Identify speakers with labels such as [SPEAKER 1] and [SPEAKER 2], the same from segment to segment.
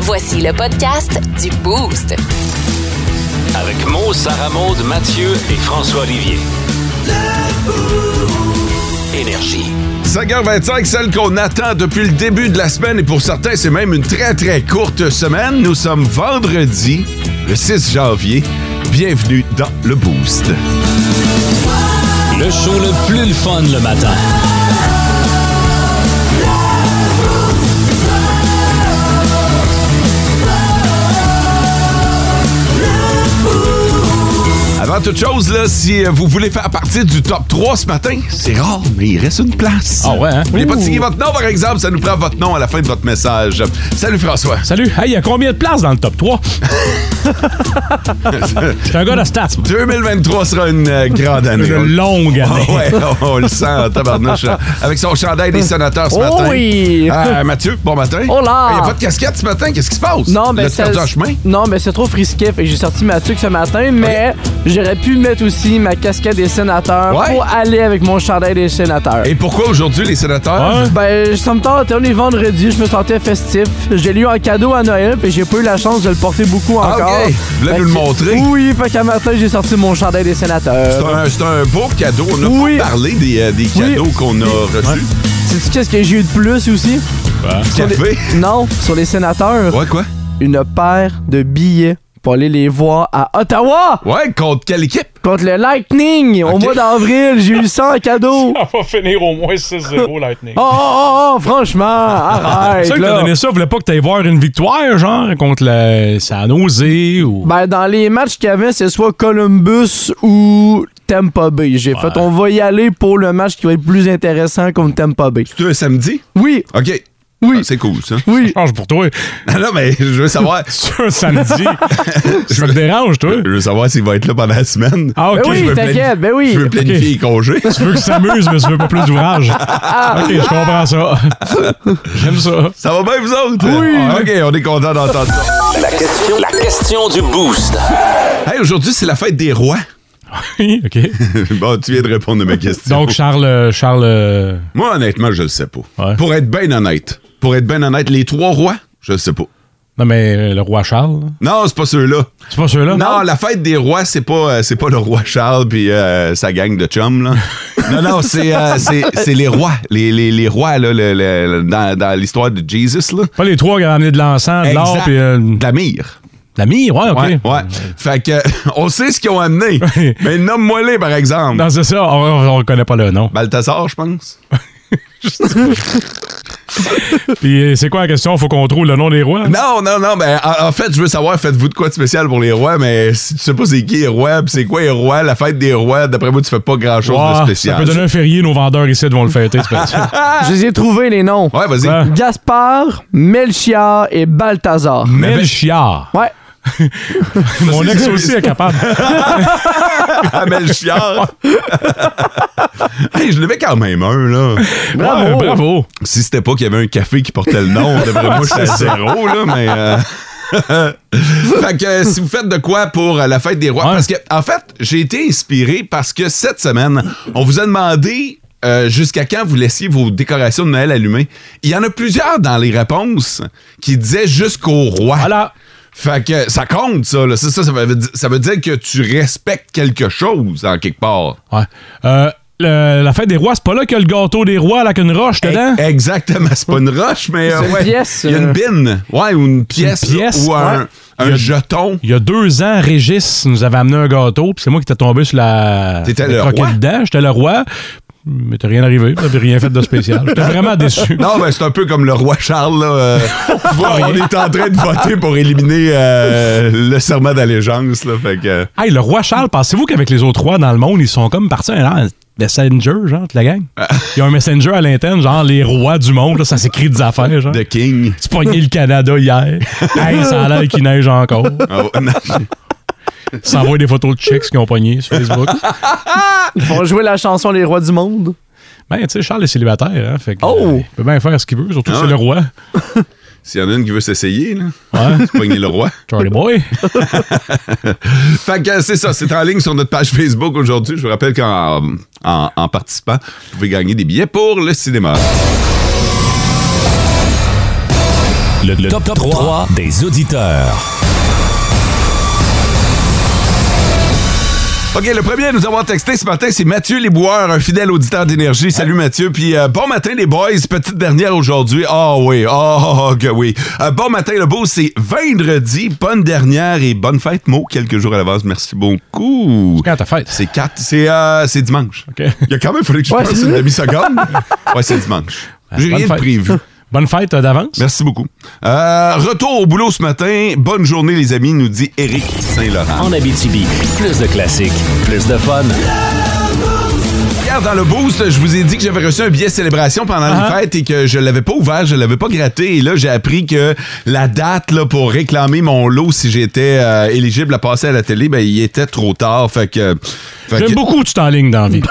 [SPEAKER 1] Voici le podcast du Boost.
[SPEAKER 2] Avec Mo, Sarah Maud, Mathieu et François Olivier. Énergie.
[SPEAKER 3] 5h25, celle qu'on attend depuis le début de la semaine et pour certains, c'est même une très très courte semaine. Nous sommes vendredi, le 6 janvier. Bienvenue dans le Boost.
[SPEAKER 2] Le show le plus le fun le matin.
[SPEAKER 3] Avant toute chose, là, si euh, vous voulez faire partie du top 3 ce matin, c'est rare, mais il reste une place.
[SPEAKER 4] Ah ouais, hein?
[SPEAKER 3] N'oubliez pas de signer votre nom, par exemple, ça nous prend votre nom à la fin de votre message. Salut François.
[SPEAKER 4] Salut. Hey, il y a combien de places dans le top 3? Je suis un gars de stats, moi.
[SPEAKER 3] 2023 sera une euh, grande année.
[SPEAKER 4] Une longue année.
[SPEAKER 3] Ah ouais, on, on le sent, tabarnouche. Avec son chandail des sénateurs ce
[SPEAKER 5] Oh
[SPEAKER 3] matin.
[SPEAKER 5] oui!
[SPEAKER 3] Ah, Mathieu, bon matin.
[SPEAKER 5] Oh là!
[SPEAKER 3] Il n'y a pas de casquette ce matin, qu'est-ce qui ben, se passe?
[SPEAKER 5] Non, mais
[SPEAKER 3] L'as-tu perdu en chemin?
[SPEAKER 5] Non, mais c'est trop frisqué. Fait que j'ai sorti ma tuque ce matin, mais j'aurais pu mettre aussi ma casquette des sénateurs
[SPEAKER 3] Ouais.
[SPEAKER 5] pour aller avec mon chandail des sénateurs.
[SPEAKER 3] Et pourquoi aujourd'hui les sénateurs?
[SPEAKER 4] Ouais.
[SPEAKER 5] Ben, ça me tente, on est vendredi, je me sentais festif. J'ai lu en cadeau à Noël, puis j'ai pas eu la chance de le porter beaucoup
[SPEAKER 3] Ah,
[SPEAKER 5] encore.
[SPEAKER 3] ok. Vous voulez
[SPEAKER 5] Fait
[SPEAKER 3] nous le
[SPEAKER 5] que-
[SPEAKER 3] montrer?
[SPEAKER 5] Oui, fait qu'à matin, j'ai sorti mon chandail des
[SPEAKER 3] C'est
[SPEAKER 5] sénateurs.
[SPEAKER 3] un, c'est un beau cadeau. On a
[SPEAKER 5] Oui.
[SPEAKER 3] pas parlé des, euh, des cadeaux qu'on a reçus.
[SPEAKER 5] Sais-tu qu'est-ce que j'ai eu de plus aussi? Sur les-
[SPEAKER 3] Café.
[SPEAKER 5] Non, sur les sénateurs,
[SPEAKER 3] Ouais, quoi?
[SPEAKER 5] une paire de billets pour aller les voir à Ottawa!
[SPEAKER 3] Ouais, contre quelle équipe?
[SPEAKER 5] Contre le Lightning au
[SPEAKER 3] Ok.
[SPEAKER 5] mois d'avril, j'ai eu ça en cadeau. Oh,
[SPEAKER 6] On va finir au moins 6-0, Lightning.
[SPEAKER 5] oh, oh, oh, franchement, arrête.
[SPEAKER 4] Ceux qui t'ont
[SPEAKER 5] là.
[SPEAKER 4] donné ça voulaient pas que t'ailles voir une victoire, genre, contre la San Jose
[SPEAKER 3] Bah.
[SPEAKER 4] ou...
[SPEAKER 5] Ben, dans les matchs qu'il y avait, c'est soit Columbus ou Tampa Bay. J'ai fait, on va y aller pour le match qui va être plus intéressant contre Tampa Bay.
[SPEAKER 3] Tu veux samedi?
[SPEAKER 5] Oui,
[SPEAKER 3] OK.
[SPEAKER 5] Oui.
[SPEAKER 3] Ah, c'est cool, ça.
[SPEAKER 5] oui.
[SPEAKER 4] Change pour toi.
[SPEAKER 3] Non, non, mais je veux savoir.
[SPEAKER 4] C'est un samedi. Je me dérange, toi.
[SPEAKER 3] Je veux savoir s'il va être là pendant la semaine.
[SPEAKER 4] Ah, OK.
[SPEAKER 5] Ben
[SPEAKER 3] Je
[SPEAKER 5] oui,
[SPEAKER 3] veux
[SPEAKER 5] t'inquiète,
[SPEAKER 3] planif-
[SPEAKER 5] ben oui.
[SPEAKER 3] Je veux planifier les congés.
[SPEAKER 4] Tu veux que ça s'amuse, mais tu veux pas plus d'ouvrage.
[SPEAKER 3] Ah.
[SPEAKER 4] OK, je comprends ça. J'aime ça.
[SPEAKER 3] Ça va bien, vous autres? Oui! OK, on est content d'entendre ça.
[SPEAKER 2] La question, la question du boost.
[SPEAKER 3] Hey, aujourd'hui, c'est la fête des rois.
[SPEAKER 4] Oui, OK.
[SPEAKER 3] bon, tu viens de répondre à ma question.
[SPEAKER 4] Donc, Charles... euh, Charles... euh,
[SPEAKER 3] Moi, honnêtement, je le sais pas.
[SPEAKER 4] Ouais.
[SPEAKER 3] Pour être bien honnête, pour être bien honnête, les trois rois, je le sais pas.
[SPEAKER 4] Non, mais euh, le roi Charles, là.
[SPEAKER 3] Non, c'est pas ceux-là.
[SPEAKER 4] c'est pas celui-là?
[SPEAKER 3] Non, la fête des rois, c'est pas, euh, c'est pas le roi Charles puis euh, sa gang de chums, là. non, non, c'est, euh, c'est, c'est les rois. Les, les, les rois, là, le- le- dans, dans l'histoire de Jesus, là.
[SPEAKER 4] Pas les trois qui avaient amené de l'encens, de l'or,
[SPEAKER 3] Exact.
[SPEAKER 4] puis euh,
[SPEAKER 3] De la mire.
[SPEAKER 4] la mire, ouais, OK.
[SPEAKER 3] Ouais, ouais. Fait que, on sait ce qu'ils ont amené.
[SPEAKER 4] Oui.
[SPEAKER 3] mais nomme-moi-les, par exemple.
[SPEAKER 4] Non, c'est ça, on, on, on reconnaît pas le nom.
[SPEAKER 3] Balthazar, je pense.
[SPEAKER 4] Puis euh, c'est quoi la question? Faut qu'on trouve le nom des rois?
[SPEAKER 3] Non, non, non, ben, en, en fait, je veux savoir, faites-vous de quoi de spécial pour les rois, mais si tu sais pas c'est qui les rois, pis c'est quoi les rois, la fête des rois, d'après moi, tu fais pas grand-chose de
[SPEAKER 4] Ah,
[SPEAKER 3] spécial.
[SPEAKER 4] Ça peut donner un férié, nos vendeurs ici vont le fêter. c'est pas ça.
[SPEAKER 5] Je les ai trouvés, les noms.
[SPEAKER 3] Ouais, vas-y.
[SPEAKER 4] Ouais.
[SPEAKER 5] Gaspard, Melchior et Balthazar.
[SPEAKER 4] Mm. Melchior.
[SPEAKER 5] Ouais.
[SPEAKER 4] Mon ex aussi est capable.
[SPEAKER 3] Amel Chiard. hey, je l'avais quand même un, là.
[SPEAKER 5] Bravo.
[SPEAKER 4] Ouais, bravo.
[SPEAKER 3] Si c'était pas qu'il y avait un café qui portait le nom, d'après moi, j'étais à zéro, là, mais. euh, fait que euh, si vous faites de quoi pour euh, la fête des rois,
[SPEAKER 4] Ouais.
[SPEAKER 3] parce que, en fait, j'ai été inspiré parce que cette semaine, on vous a demandé euh, jusqu'à quand vous laissiez vos décorations de Noël allumées. Il y en a plusieurs dans les réponses qui disaient jusqu'au roi.
[SPEAKER 4] Voilà.
[SPEAKER 3] Fait que ça compte, ça, là. Ça, ça, ça veut, di- ça veut dire que tu respectes quelque chose, en quelque part.
[SPEAKER 4] Ouais. Euh, le- la fête des rois, c'est pas là qu'il y a le gâteau des rois avec une roche dedans?
[SPEAKER 3] Eh, Exactement, c'est pas une roche, mais euh,
[SPEAKER 5] C'est une
[SPEAKER 3] ouais.
[SPEAKER 5] pièce,
[SPEAKER 3] Il y a une
[SPEAKER 5] euh,
[SPEAKER 3] bine, ouais, ou une pièce,
[SPEAKER 4] pièce,
[SPEAKER 3] ou un,
[SPEAKER 4] ouais.
[SPEAKER 3] un
[SPEAKER 4] Il y a-
[SPEAKER 3] jeton.
[SPEAKER 4] Il y a deux ans, Régis nous avait amené un gâteau, puis c'est moi qui t'ai tombé sur la.
[SPEAKER 3] T'étais
[SPEAKER 4] le
[SPEAKER 3] le
[SPEAKER 4] croquet
[SPEAKER 3] roi?
[SPEAKER 4] dedans, j'étais le roi. Mais t'as rien arrivé, t'avais rien fait de spécial. J'étais vraiment déçu.
[SPEAKER 3] Non, ben c'est un peu comme le roi Charles. Là, euh, tu vois, on est en train de voter pour éliminer euh, le serment d'allégeance. Là, fait que, euh,
[SPEAKER 4] Hey, le roi Charles, pensez-vous qu'avec les autres rois dans le monde, ils sont comme partis un an Messenger, genre, de la gang.
[SPEAKER 3] Euh.
[SPEAKER 4] Il y a un Messenger à l'interne, genre les rois du monde, là, ça s'écrit des affaires, genre.
[SPEAKER 3] The King.
[SPEAKER 4] Tu pognais le Canada hier. hey, ça a l'air qu'il neige encore.
[SPEAKER 3] Ah ouais, non,
[SPEAKER 4] S'envoie des photos de chicks qui ont pogné sur Facebook.
[SPEAKER 5] Ils vont jouer la chanson Les Rois du Monde.
[SPEAKER 4] Ben, tu sais, Charles est célibataire, hein, fait que,
[SPEAKER 5] Oh!
[SPEAKER 4] euh, il peut bien faire ce qu'il veut, surtout que
[SPEAKER 3] Ah.
[SPEAKER 4] c'est le roi.
[SPEAKER 3] S'il y en a une qui veut s'essayer, là,
[SPEAKER 4] Ouais.
[SPEAKER 3] c'est pogner le roi.
[SPEAKER 4] Charlie Boy.
[SPEAKER 3] Fait que euh, c'est ça, c'est en ligne sur notre page Facebook aujourd'hui. Je vous rappelle qu'en en, en participant, vous pouvez gagner des billets pour le cinéma.
[SPEAKER 7] Le, le top, 3, des auditeurs.
[SPEAKER 3] OK, le premier à nous avoir texté ce matin, c'est Mathieu Lesboueurs, un fidèle auditeur d'énergie. Salut Mathieu, puis euh, bon matin les boys, petite dernière aujourd'hui. Ah oui, ah ah, ah, que oui. Euh, bon matin le beau, c'est vendredi, bonne dernière et bonne fête, Mo, quelques jours à l'avance. Merci beaucoup.
[SPEAKER 4] Quand t'as fait?
[SPEAKER 3] C'est 4, c'est euh, c'est dimanche.
[SPEAKER 4] OK.
[SPEAKER 3] Il a quand même fallu que je
[SPEAKER 5] Ouais,
[SPEAKER 3] passe
[SPEAKER 5] c'est
[SPEAKER 3] une
[SPEAKER 5] vrai.
[SPEAKER 3] demi-seconde. ouais, c'est dimanche. J'ai
[SPEAKER 4] bonne
[SPEAKER 3] rien de
[SPEAKER 4] fête.
[SPEAKER 3] prévu.
[SPEAKER 4] Bonne fête euh, d'avance.
[SPEAKER 3] Merci beaucoup. Euh, retour au boulot ce matin. Bonne journée, les amis, nous dit Eric Saint-Laurent.
[SPEAKER 7] En Abitibi, plus de classiques, plus de fun.
[SPEAKER 3] Hier, dans le boost, je vous ai dit que j'avais reçu un billet de célébration pendant les
[SPEAKER 4] Ah.
[SPEAKER 3] fêtes et que je l'avais pas ouvert, je l'avais pas gratté. Et là, j'ai appris que la date là, pour réclamer mon lot si j'étais euh, éligible à passer à la télé, ben, il était trop tard. Fait que. fait que-
[SPEAKER 4] J'aime beaucoup que tu t'enlignes dans la vie.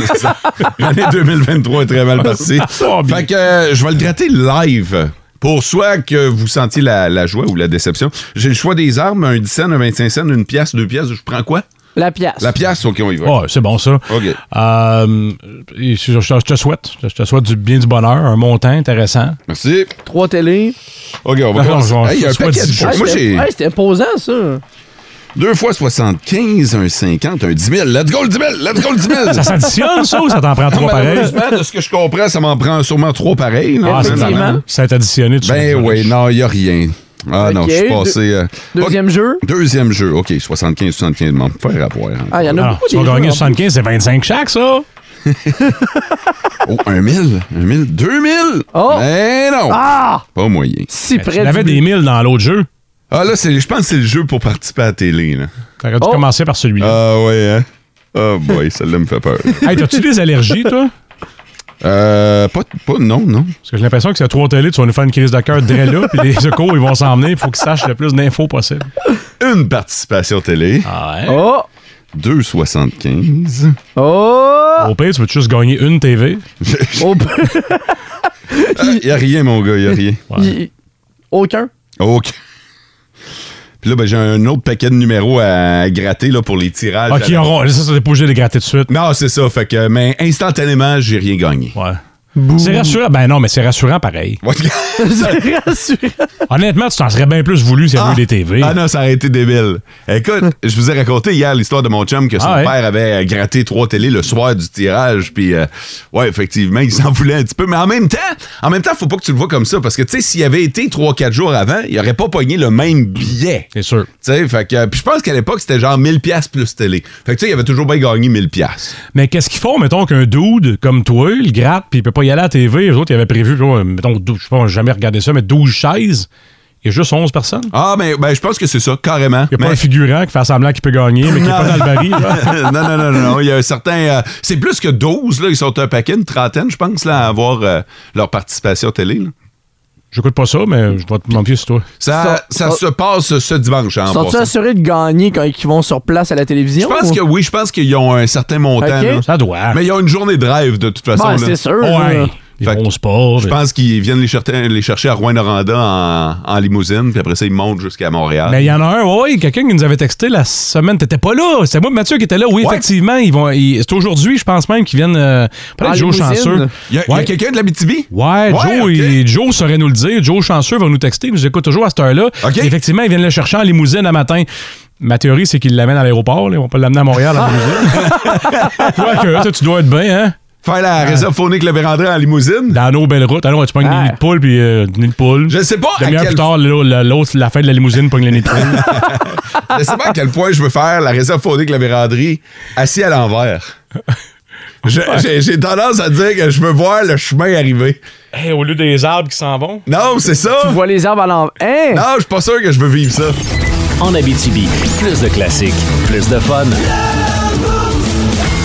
[SPEAKER 3] L'année 2023 est très mal passée.
[SPEAKER 4] Oh, bien.
[SPEAKER 3] fait que euh, je vais le gratter live. Pour soit que vous sentiez la, la joie ou la déception, j'ai le choix des armes, un 10 cents, un 25 cents, une pièce, deux pièces. Je prends quoi?
[SPEAKER 5] La pièce.
[SPEAKER 3] La pièce, OK, on y va.
[SPEAKER 4] Ouais, c'est bon ça.
[SPEAKER 3] OK.
[SPEAKER 4] Euh, et je, je- je te souhaite, je te souhaite du bien du bonheur, un montant intéressant.
[SPEAKER 3] Merci.
[SPEAKER 5] Trois télés.
[SPEAKER 3] OK, on va
[SPEAKER 4] Ah, Non,
[SPEAKER 3] commencer.
[SPEAKER 4] genre,
[SPEAKER 3] Hey, Il y a un
[SPEAKER 4] soit
[SPEAKER 3] paquet de
[SPEAKER 4] dix-
[SPEAKER 3] choses.
[SPEAKER 5] Ouais,
[SPEAKER 3] Moi,
[SPEAKER 5] c'était
[SPEAKER 3] j'ai
[SPEAKER 5] ouais, c'était imposant, ça.
[SPEAKER 3] deux fois 75, un 50, un 10 000. Let's go, le 10 000! Let's go, le 10 000!
[SPEAKER 4] Ça s'additionne ça ou ça t'en prend
[SPEAKER 3] Non,
[SPEAKER 4] trois pareils?
[SPEAKER 3] malheureusement, de ce que je comprends, ça m'en prend sûrement trois pareils. non?
[SPEAKER 4] Ah, c'est
[SPEAKER 5] Effectivement.
[SPEAKER 4] ça. Ça est additionné. tu sais.
[SPEAKER 3] Ben oui, non, il n'y a rien. Ah non,
[SPEAKER 5] OK,
[SPEAKER 3] je suis
[SPEAKER 5] deux-
[SPEAKER 3] passé... euh,
[SPEAKER 5] Deuxième
[SPEAKER 3] OK,
[SPEAKER 5] jeu.
[SPEAKER 3] Deuxième jeu, OK, 75, 75, bon, faire avoir. hein.
[SPEAKER 5] Ah, il y en a
[SPEAKER 4] Ah,
[SPEAKER 5] beaucoup
[SPEAKER 4] tu vas
[SPEAKER 5] des
[SPEAKER 4] gagner
[SPEAKER 5] jeux, en
[SPEAKER 4] 75, c'est 25 chaque, ça.
[SPEAKER 3] Oh, un 1000, un 1000, 2000!
[SPEAKER 5] Ah. Oh!
[SPEAKER 3] Mais Ben non!
[SPEAKER 5] Ah!
[SPEAKER 3] Pas moyen.
[SPEAKER 5] Si
[SPEAKER 4] Ben, Tu
[SPEAKER 5] près
[SPEAKER 4] avais
[SPEAKER 5] du
[SPEAKER 4] des 1000 dans l'autre jeu.
[SPEAKER 3] Ah là, c'est- je pense que c'est le jeu pour participer à la télé. Là.
[SPEAKER 4] T'aurais dû
[SPEAKER 5] Oh.
[SPEAKER 4] commencer par celui-là.
[SPEAKER 3] Ah ouais, hein? Oh boy, celle-là me fait peur.
[SPEAKER 4] Hey, t'as-tu des allergies, toi?
[SPEAKER 3] Euh, pas, pas, non, non.
[SPEAKER 4] Parce que j'ai l'impression que c'est trois télé, tu vas nous faire une crise de cœur dès là, puis les secours, ils vont s'emmener. Il faut qu'ils sachent le plus d'infos possible.
[SPEAKER 3] Une participation télé,
[SPEAKER 4] Ah ouais.
[SPEAKER 5] Oh!
[SPEAKER 3] 2,75.
[SPEAKER 5] Oh!
[SPEAKER 4] Au pire, tu peux juste gagner une TV.
[SPEAKER 5] Oh,
[SPEAKER 3] Il Ah, y a rien, mon gars, il y a rien.
[SPEAKER 5] il- Aucun.
[SPEAKER 3] OK. Puis là, ben, j'ai un autre paquet de numéros à gratter là, pour les tirages.
[SPEAKER 4] Ok, Ah, auront. Ça, ça, t'es pas obligé de les gratter tout de suite.
[SPEAKER 3] Non, c'est ça. Fait que, mais instantanément, j'ai rien gagné.
[SPEAKER 4] Ouais. C'est rassurant. Ben non, mais c'est rassurant pareil.
[SPEAKER 3] Ouais.
[SPEAKER 5] C'est rassurant.
[SPEAKER 4] Honnêtement, tu t'en serais bien plus voulu s'il y avait eu des TV.
[SPEAKER 3] Ah non, ça aurait été débile. Écoute, je vous ai raconté hier l'histoire de mon chum que son
[SPEAKER 4] Ah ouais?
[SPEAKER 3] père avait euh, gratté trois télés le soir du tirage. Puis, euh, ouais, effectivement, il s'en voulait un petit peu. Mais en même temps, en même temps, faut pas que tu le vois comme ça. Parce que, tu sais, s'il avait été trois, quatre jours avant, il aurait pas pogné le même billet.
[SPEAKER 4] C'est sûr.
[SPEAKER 3] Tu sais, fait que. euh, Puis je pense qu'à l'époque, c'était genre 1000$ piastres plus télé. Fait que, tu sais, il avait toujours bien gagné 1000$. piastres.
[SPEAKER 4] Mais qu'est-ce qu'ils font, mettons, qu'un dude comme toi, il gratte, puis il peut pas y aller à la TV. Les autres, ils avaient prévu, genre, euh, mettons, 12, je sais pas, on a jamais regardé ça, mais 12 chaises. Il y a juste 11 personnes.
[SPEAKER 3] Ah, ben, ben je pense que c'est ça, carrément.
[SPEAKER 4] Il n'y a
[SPEAKER 3] Mais-
[SPEAKER 4] pas un figurant qui fait semblant qu'il peut gagner, mais qui n'est pas dans le baril. là.
[SPEAKER 3] non, non, non, non, non, Il y a un certain. euh, c'est plus que 12, là. Ils sont un paquet, une trentaine, je pense, là, à avoir euh, leur participation télé. là.
[SPEAKER 4] J'écoute pas ça, mais je dois te m'en fier sur toi.
[SPEAKER 3] Ça, ça,
[SPEAKER 5] Ça-
[SPEAKER 3] se passe ce dimanche, hein, en
[SPEAKER 5] Sont-ils
[SPEAKER 3] passant.
[SPEAKER 5] assurés de gagner quand ils vont sur place à la
[SPEAKER 3] Je
[SPEAKER 5] télévision?
[SPEAKER 3] pense
[SPEAKER 5] ou-
[SPEAKER 3] que oui, je pense qu'ils ont un certain montant.
[SPEAKER 5] Ok.
[SPEAKER 3] là.
[SPEAKER 4] Ça doit.
[SPEAKER 3] Mais ils ont une journée de rêve, de toute façon.
[SPEAKER 5] Ben,
[SPEAKER 3] là.
[SPEAKER 5] c'est sûr. là.
[SPEAKER 4] ouais. Ils
[SPEAKER 3] Fait que-
[SPEAKER 4] vont au sport.
[SPEAKER 3] Je pense qu'ils viennent les chercher, les chercher à Rouen-Noranda en, en limousine, puis après ça, ils montent jusqu'à Montréal.
[SPEAKER 4] Mais il y en a un, ouais, ouais, quelqu'un qui nous avait texté la semaine. T'étais pas là. C'est moi, Mathieu, qui était là. Oui,
[SPEAKER 3] Ouais.
[SPEAKER 4] effectivement. Ils vont, ils- c'est aujourd'hui, je pense même, qu'ils viennent. euh,
[SPEAKER 5] En
[SPEAKER 4] peut-être Joe
[SPEAKER 5] limousine.
[SPEAKER 4] Chanceux.
[SPEAKER 3] Il y a, il y a
[SPEAKER 4] Ouais.
[SPEAKER 3] quelqu'un de la BTB?
[SPEAKER 4] Ouais,
[SPEAKER 3] Ouais,
[SPEAKER 4] Joe,
[SPEAKER 3] ok.
[SPEAKER 4] il- Joe saurait nous le dire. Joe Chanceux va nous texter. Il nous écoute toujours à cette heure-là.
[SPEAKER 3] Ok.
[SPEAKER 4] Effectivement, ils viennent le chercher en limousine à matin. Ma théorie, c'est qu'ils l'amènent à l'aéroport. là. Ils vont pas l'amener à Montréal en limousine. Quoique, toi, tu dois être bien, hein?
[SPEAKER 3] Faire la réserve phonique le vérandrin en limousine?
[SPEAKER 4] Dans nos belles routes. Alors, tu pognes
[SPEAKER 5] Ah.
[SPEAKER 4] des nids de poule, puis euh, des nids de poule.
[SPEAKER 3] Je sais pas à
[SPEAKER 4] Demi-heure
[SPEAKER 3] quel-
[SPEAKER 4] plus tard, l'au- la- l'autre, la fin de la limousine, pogne le nid de poule.
[SPEAKER 3] Je sais pas à quel point je veux faire la réserve phonique la véranderie assis à l'envers. Je- J'ai j'ai tendance à dire que je veux voir le chemin arriver.
[SPEAKER 4] Hey, au lieu des arbres qui s'en vont.
[SPEAKER 3] Non, c'est
[SPEAKER 5] Tu
[SPEAKER 3] ça.
[SPEAKER 5] vois les arbres à l'envers. Hein?
[SPEAKER 3] Non, je suis pas sûr que je veux vivre ça.
[SPEAKER 7] En Abitibi, plus de classiques, plus de fun.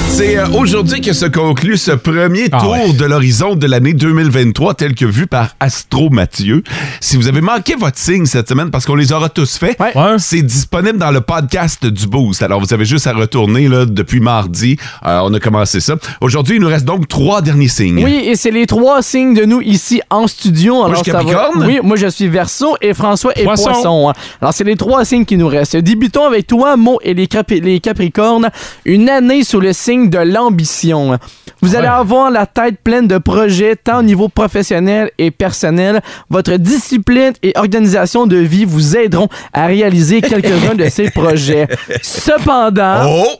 [SPEAKER 3] C'est euh, aujourd'hui que se conclut ce premier
[SPEAKER 4] Ah
[SPEAKER 3] tour
[SPEAKER 4] ouais.
[SPEAKER 3] de l'horizon de l'année 2023 tel que vu par Astro Mathieu. Si vous avez manqué votre signe cette semaine, parce qu'on les aura tous faits,
[SPEAKER 5] Ouais.
[SPEAKER 4] Ouais.
[SPEAKER 3] c'est disponible dans le podcast du Boost. Alors, vous avez juste à retourner là, depuis mardi. Euh, on a commencé ça. Aujourd'hui, il nous reste donc trois derniers signes.
[SPEAKER 5] Oui, et c'est les trois signes de nous ici en studio. Alors,
[SPEAKER 3] je suis
[SPEAKER 5] ça va-
[SPEAKER 3] Capricorne.
[SPEAKER 5] Oui, moi je suis Verseau et François est
[SPEAKER 4] Poisson.
[SPEAKER 5] Poisson. hein. Alors, c'est les trois signes qui nous restent. Débutons avec toi, Mo et les, Capri- les Capricornes. Une année sous le signe de l'ambition. Vous allez avoir la tête pleine de projets, tant au niveau professionnel et personnel. Votre discipline et organisation de vie vous aideront à réaliser quelques-uns de ces projets.
[SPEAKER 4] hein?
[SPEAKER 5] Cependant,
[SPEAKER 3] Oh!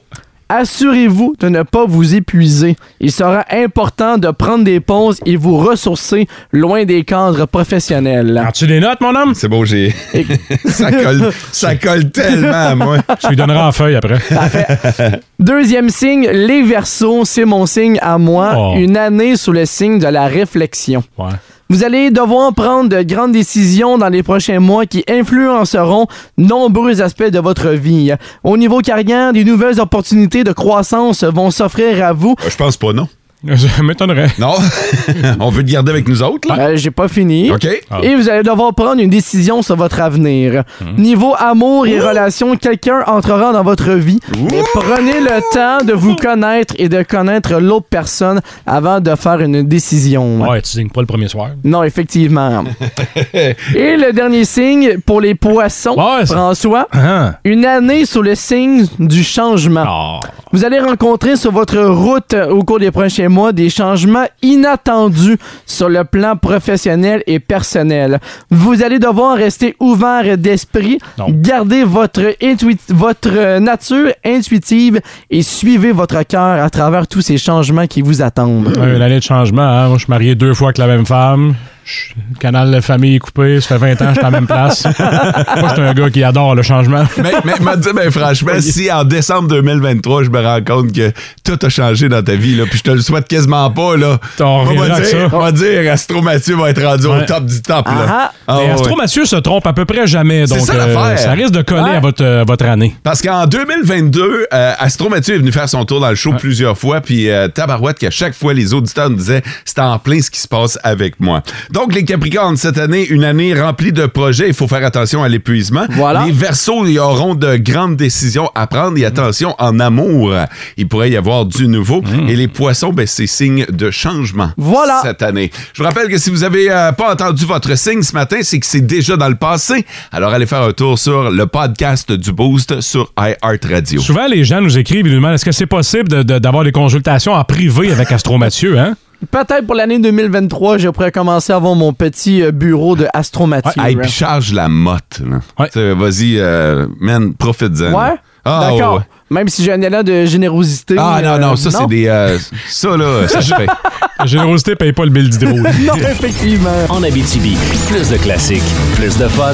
[SPEAKER 5] Assurez-vous de ne pas vous épuiser. Il sera important de prendre des pauses et vous ressourcer loin des cadres professionnels.
[SPEAKER 4] As-tu des notes, mon homme?
[SPEAKER 3] C'est bon, j'ai.
[SPEAKER 5] Et-
[SPEAKER 3] ça, colle, ça colle tellement à moi. Euh,
[SPEAKER 4] Je lui donnerai en feuille après.
[SPEAKER 5] Deuxième signe, les versos, c'est mon signe à moi,
[SPEAKER 4] Oh.
[SPEAKER 5] une année sous le signe de la réflexion.
[SPEAKER 4] Ouais.
[SPEAKER 5] Vous allez devoir prendre de grandes décisions dans les prochains mois qui influenceront nombreux aspects de votre vie. Au niveau carrière, des nouvelles opportunités de croissance vont s'offrir à vous.
[SPEAKER 3] Je pense pas, non.
[SPEAKER 4] Je m'étonnerais.
[SPEAKER 3] Non? on veut te garder avec nous autres, là?
[SPEAKER 5] Euh, J'ai pas fini.
[SPEAKER 3] OK?
[SPEAKER 4] Ah. Hmm.
[SPEAKER 5] Et vous allez devoir prendre une décision sur votre avenir. Niveau amour et relations, quelqu'un entrera dans votre vie. Mais prenez le temps de vous connaître et de connaître l'autre personne avant de faire une décision.
[SPEAKER 4] Ouais, tu signes pas le premier soir.
[SPEAKER 5] Non, effectivement. et le dernier signe pour les poissons,
[SPEAKER 4] Ouais, ça-
[SPEAKER 5] François,
[SPEAKER 4] Ah.
[SPEAKER 5] une année sous le signe du changement.
[SPEAKER 4] Ah.
[SPEAKER 5] Vous allez rencontrer sur votre route euh, au cours des prochains mois des changements inattendus sur le plan professionnel et personnel. Vous allez devoir rester ouvert d'esprit,
[SPEAKER 4] Non.
[SPEAKER 5] garder votre, intui- votre euh, nature intuitive et suivez votre cœur à travers tous ces changements qui vous attendent.
[SPEAKER 4] Ouais, une année de changement, hein. Moi, je suis marié deux fois avec la même femme. Je- Le canal de famille est coupé. Ça fait 20 ans que je suis à la même place. Moi, je suis un gars qui adore le changement.
[SPEAKER 3] Mais, mais, m'a dit, ben, franchement, si en décembre 2023, je me rends compte que tout a changé dans ta vie, là, puis je te le souhaite quasiment pas, là.
[SPEAKER 4] On
[SPEAKER 3] va
[SPEAKER 4] reviendra avec
[SPEAKER 3] dire,
[SPEAKER 4] ça.
[SPEAKER 3] on va dire, Astro Mathieu va être rendu au
[SPEAKER 4] Ouais.
[SPEAKER 3] top du top, là.
[SPEAKER 5] Ah ah.
[SPEAKER 3] Ah,
[SPEAKER 4] Mais
[SPEAKER 3] ouais.
[SPEAKER 4] Astro Mathieu se trompe à peu près jamais.
[SPEAKER 3] C'est
[SPEAKER 4] Donc, euh,
[SPEAKER 3] ça l'affaire.
[SPEAKER 4] ça risque de coller
[SPEAKER 5] Ouais.
[SPEAKER 4] à votre, euh, votre année.
[SPEAKER 3] Parce qu'en 2022, euh, Astro Mathieu est venu faire son tour dans le show plusieurs fois, puis euh, tabarouette qu'à chaque fois, les auditeurs nous disaient « c'est en plein ce qui se passe avec moi ». Donc, les Capricornes, cette année, une année remplie de projets, il faut faire attention à l'épuisement.
[SPEAKER 5] Voilà.
[SPEAKER 3] Les Verseaux, ils auront de grandes décisions à prendre et attention, en amour, il pourrait y avoir du nouveau. Et les Poissons, ben, c'est signe de changement
[SPEAKER 5] Hmm. Voilà.
[SPEAKER 3] cette année. Je vous rappelle que si vous avez euh, pas entendu votre signe ce matin, c'est que c'est déjà dans le passé. Alors allez faire un tour sur le podcast du Boost sur iHeartRadio.
[SPEAKER 4] Souvent, les gens nous écrivent et nous demandent est-ce que c'est possible de- de- d'avoir des consultations en privé avec Astro Mathieu, hein?
[SPEAKER 5] Peut-être pour l'année 2023, je pourrais commencer à avoir mon petit euh, bureau de astromatique.
[SPEAKER 3] Ah, Hey, puis charge la motte. là.
[SPEAKER 4] Ouais.
[SPEAKER 3] Tu sais, Vas-y, euh, man, profite-en.
[SPEAKER 5] Ouais?
[SPEAKER 3] Ah,
[SPEAKER 5] D'accord.
[SPEAKER 3] ouais.
[SPEAKER 5] Même si j'ai un élan de générosité.
[SPEAKER 3] Ah non,
[SPEAKER 5] euh,
[SPEAKER 3] non, ça c'est des... euh, ça là, ça je fais.
[SPEAKER 4] La générosité paye pas le bill d'hydro.
[SPEAKER 5] Non, effectivement.
[SPEAKER 7] En Abitibi, plus de classiques, plus de fun.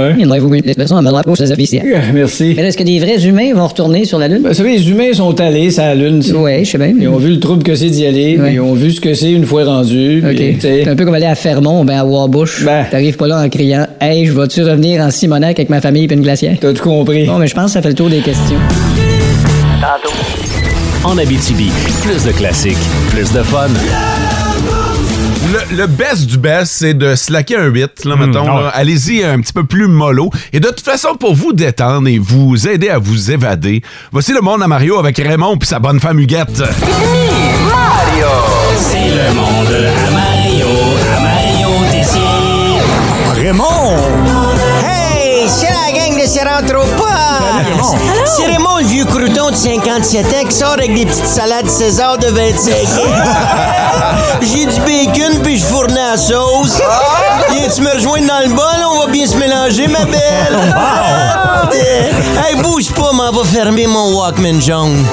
[SPEAKER 8] ouais.
[SPEAKER 9] Il y en aurait vous les personnes à ma droite pour ces officiels.
[SPEAKER 8] Euh, Merci.
[SPEAKER 9] Mais là, est-ce que des vrais humains vont retourner sur la Lune?
[SPEAKER 8] Ben, Vous savez, les humains sont allés sur la Lune. c'est-
[SPEAKER 9] Ouais, je sais bien.
[SPEAKER 8] Ils ont vu le trouble que c'est d'y aller,
[SPEAKER 9] Ouais.
[SPEAKER 8] puis ils ont vu ce que c'est une fois rendu. puis,
[SPEAKER 9] OK.
[SPEAKER 8] tu sais.
[SPEAKER 9] C'est un peu comme aller à Fermont, ben à Warbush.
[SPEAKER 8] Ben.
[SPEAKER 9] T'arrives pas là en criant Hey, je vais-tu revenir en Simonac avec ma famille et une glacière?
[SPEAKER 8] T'as tout compris.
[SPEAKER 9] Bon, mais je pense que ça fait le tour des questions.
[SPEAKER 7] En Abitibi, plus de classiques, plus de fun.
[SPEAKER 3] Le, le best du best, c'est de slacker un 8, là, mettons.
[SPEAKER 4] ah
[SPEAKER 3] là.
[SPEAKER 4] ouais.
[SPEAKER 3] Allez-y un petit peu plus mollo. Et de toute façon, pour vous détendre et vous aider à vous évader, voici le monde à Mario avec Raymond puis sa bonne femme Huguette.
[SPEAKER 7] C'est le monde à Mario, à Mario Tessier.
[SPEAKER 10] Raymond! Hey, c'est la gang des que c'est rentre au pas! C'est Raymond, le vieux crouton de 57 ans qui sort avec des petites salades César de 25 ans. J'ai du bacon puis je fourne la sauce. Viens-tu me rejoindre dans le bol? On va bien se mélanger, ma belle! Euh, Hey, bouge pas, m'en va fermer mon Walkman jaune.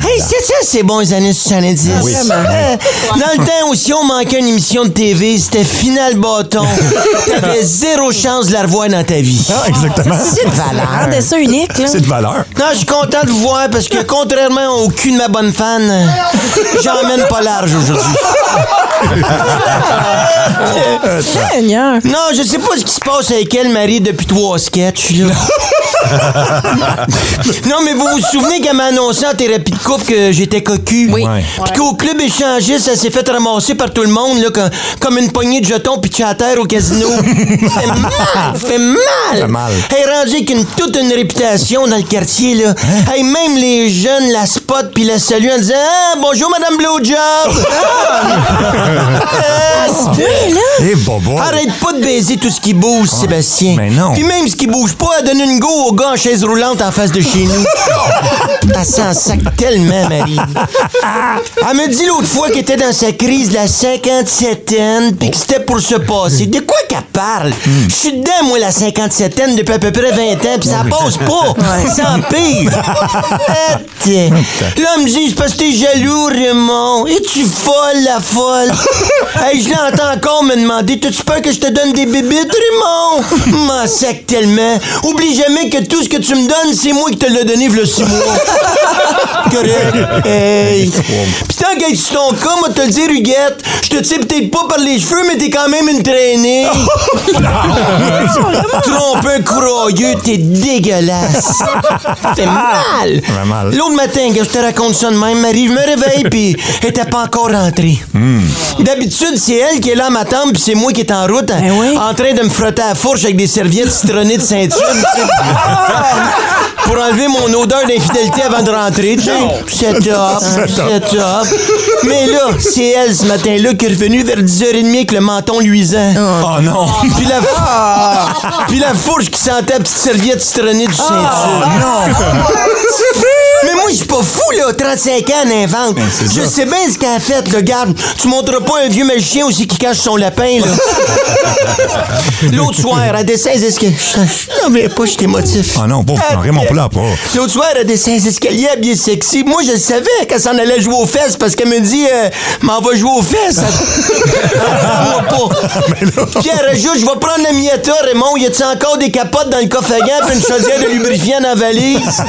[SPEAKER 10] Hey, c'est ça, ces bons années 70.
[SPEAKER 11] Oui.
[SPEAKER 10] Euh, dans le temps aussi, on manquait une émission de TV, c'était final bâton. T'avais zéro chance de la revoir dans ta vie.
[SPEAKER 11] Ah, exactement.
[SPEAKER 10] C'est de valeur.
[SPEAKER 11] Rendez ça unique, là. C'est de valeur.
[SPEAKER 10] Non, je suis content de vous voir parce que contrairement au cul de ma bonne fan, j'emmène pas large aujourd'hui.
[SPEAKER 11] Euh,
[SPEAKER 10] Seigneur. Non, je sais pas ce qui se passe avec elle, Marie, depuis trois sketchs. là. non, mais vous vous souvenez qu'elle m'a annoncé en thérapie de couple que j'étais cocu? Oui. Puis qu'au club échangiste, elle s'est fait ramasser par tout le monde, là, comme, comme une poignée de jetons pitchés à terre au casino. fait mal! Fait mal!
[SPEAKER 11] Fait mal.
[SPEAKER 10] Elle est rendue avec une, toute une réputation dans le quartier, là.
[SPEAKER 11] Hein?
[SPEAKER 10] Hey, même les jeunes la spot puis la saluent en disant Ah, bonjour, Madame Blowjob! Ah, c'est bien, là!
[SPEAKER 11] Eh, bobo.
[SPEAKER 10] Arrête pas de baiser tout ce qui bouge, Sébastien. Ah, Mais non. Puis même ce qui bouge pas, elle donne une go au gars en chaise roulante en face de chez nous. elle s'en sac tellement, Marie. elle me dit l'autre fois qu'elle était dans sa crise de la cinquante-septaine, puis que c'était pour se passer. De quoi qu'elle parle? Je suis dedans, moi, la cinquante-septaine, depuis à peu près 20 ans, puis ça passe pas. Ça empire. Arrête. Là, elle me dit, c'est parce que t'es jaloux, Raymond. Et tu folle, la folle. hey, je l'entends encore me demander, t'as-tu peur que je te donne des bébites, Raymond? M'en sac tellement. Oublie jamais que tout ce que tu me donnes, c'est moi qui te l'ai donné, v'là six mois. Correct. Hey. Pis tant qu'à être sur ton cas, moi, te le dire, Huguette, je te tire peut-être pas par les cheveux, mais t'es quand même une traînée. Trompe un croyeux, t'es dégueulasse. T'es mal.
[SPEAKER 11] Vraiment.
[SPEAKER 10] L'autre matin, gars, je te raconte ça de même, Marie, je me réveille, puis elle était pas encore rentrée.
[SPEAKER 11] Hmm.
[SPEAKER 10] D'habitude, c'est elle qui est là à ma table, puis c'est moi qui est en route, en- en train de me frotter à la fourche avec des serviettes citronnées de ceinture, tu sais. pour enlever mon odeur d'infidélité avant de rentrer, tu sais. C'est top,
[SPEAKER 11] C'est top.
[SPEAKER 10] c'est top. Mais là, c'est elle ce matin-là qui est revenue vers 10h30 avec le menton luisant. Oh non! Puis la, puis la fourche qui sentait la petite serviette citronnée du ceinture. Mais moi, je suis pas fou, là. 35 ans, elle invente. je sais bien ce qu'elle a fait, là. Garde, tu montres pas un vieux magicien aussi qui cache son lapin, là. L'autre soir, à dessin, est-ce que. Je n'en pas, j'étais motif.
[SPEAKER 11] Ah non, pauvre, non, Raymond Poulard, pas.
[SPEAKER 10] L'autre soir, elle descend les escaliers habillée sexy. Moi, je savais qu'elle s'en allait jouer aux fesses parce qu'elle me dit euh, M'en va jouer aux fesses. Attends-moi pas. Puis elle rajoute Je vais prendre la mietta, Raymond. Y a-tu encore des capotes dans le coffre à gants puis une chaudière de lubrifiant dans la valise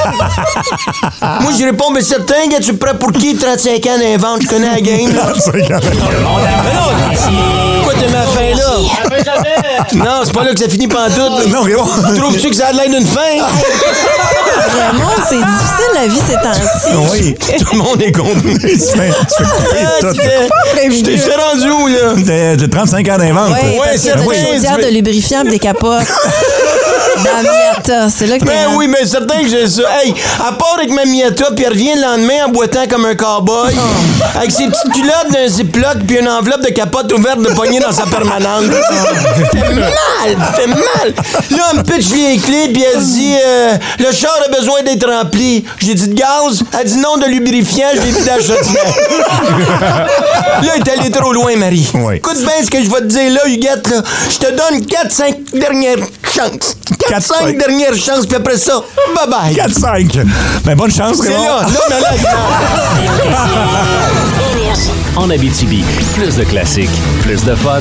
[SPEAKER 10] Moi, je réponds Mais certain, gars, tu prends pour qui 35 ans d'invente Je connais la game. là. Pourquoi t'es ma fin là Non, c'est pas là que ça finit pantoute. Non, Raymond. Trouves-tu que ça a de l'air d'une fin
[SPEAKER 11] Ah,
[SPEAKER 12] Vraiment, c'est difficile la vie ces temps-ci.
[SPEAKER 11] Oui.
[SPEAKER 10] Tout le monde est connu. Tu
[SPEAKER 11] fais, tu fais couper
[SPEAKER 10] Ah,
[SPEAKER 11] tout.
[SPEAKER 10] tu fais- Je t'ai- je t'ai rendu où, là?
[SPEAKER 11] T'as t'as 35 ans d'invente.
[SPEAKER 12] Ouais, parce que t'as
[SPEAKER 11] Ben
[SPEAKER 12] une chaudière de lubrifiant pis des capotes. Dans Miata, c'est là que
[SPEAKER 10] Ben
[SPEAKER 9] hein?
[SPEAKER 12] t'es
[SPEAKER 10] oui, mais certain que j'ai ça. Hey, à part avec ma Miata, puis elle revient le lendemain en boitant comme un cowboy, avec ses petites culottes d'un ziploc, puis une enveloppe de capote ouverte de poignée dans sa permanente. fait mal, fait mal. Là, elle me pitch les clés, puis elle dit euh, Le char a besoin d'être rempli. J'ai dit de gaz. Elle dit non de lubrifiant, je l'ai vidé à Châtillon. Là, t'es allé trop loin, Marie. Écoute bien ce que je vais te dire là, Huguette. Là. Je te donne 4-5 dernières chances. 4-5 dernières chances, puis après ça, bye-bye.
[SPEAKER 11] 4-5. Ben, bonne chance,
[SPEAKER 10] C'est
[SPEAKER 11] Raymond.
[SPEAKER 10] là. Non, mais là,
[SPEAKER 2] En Abitibi, plus de classiques, plus de fun.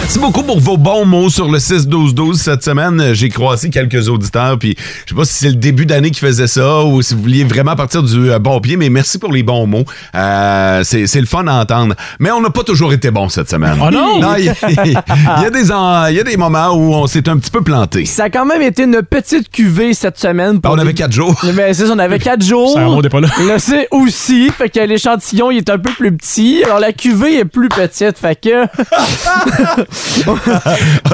[SPEAKER 3] Merci beaucoup pour vos bons mots sur le 6-12-12 cette semaine. Euh, J'ai croisé quelques auditeurs, puis je sais pas si c'est le début d'année qui faisait ça ou si vous vouliez vraiment partir du euh, bon pied, mais merci pour les bons mots. Euh, c'est c'est le fun à entendre. Mais on n'a pas toujours été bon cette semaine.
[SPEAKER 4] Oh non!
[SPEAKER 3] Il y, il y a des en- il y a des moments où on s'est un petit peu planté.
[SPEAKER 5] Ça a quand même été une petite cuvée cette semaine. Pour
[SPEAKER 3] On
[SPEAKER 5] les-
[SPEAKER 3] avait quatre jours.
[SPEAKER 5] Ben, c'est ça, on avait quatre jours.
[SPEAKER 3] Ça remontait pas là.
[SPEAKER 5] Le C aussi. Fait que l'échantillon, il est un peu plus petit. Alors, la cuvée est plus petite. Fait que.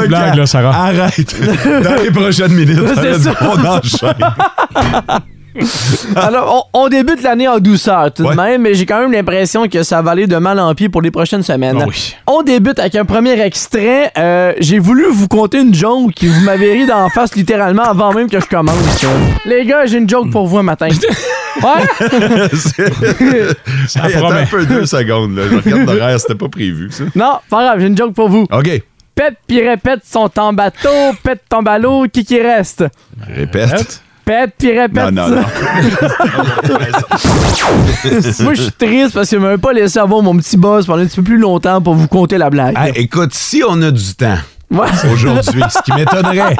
[SPEAKER 4] Blague,
[SPEAKER 3] Ah,
[SPEAKER 4] là, Sarah.
[SPEAKER 3] Arrête! Dans les prochaines minutes,
[SPEAKER 5] C'est ça.
[SPEAKER 3] on enchaîne.
[SPEAKER 5] Alors, on, on débute l'année en douceur tout de même, mais j'ai quand même l'impression que ça va aller de mal en pis pour les prochaines semaines.
[SPEAKER 4] Ah oui.
[SPEAKER 5] On débute avec un premier extrait. Euh, j'ai voulu vous conter une joke qui vous m'avez ri d'en face littéralement avant même que je commence. Les gars, j'ai une joke pour vous un matin. Ouais?
[SPEAKER 3] Ça hey, attends
[SPEAKER 5] promet.
[SPEAKER 3] un peu deux secondes, là. Je regarde l'horaire, c'était pas prévu, ça.
[SPEAKER 5] Non, pas grave, j'ai une joke pour vous.
[SPEAKER 3] OK.
[SPEAKER 5] Pète pis répète sont en bateau, pète tombe à l'eau, qui qui reste?
[SPEAKER 3] Répète.
[SPEAKER 5] Pète pis répète.
[SPEAKER 3] Non, non, non.
[SPEAKER 5] Moi, je suis triste parce que m'a même pas laissé avoir mon petit boss pendant un petit peu plus longtemps pour vous conter la blague.
[SPEAKER 3] Hey, écoute, si on a du temps
[SPEAKER 5] Ouais.
[SPEAKER 3] aujourd'hui, ce qui m'étonnerait,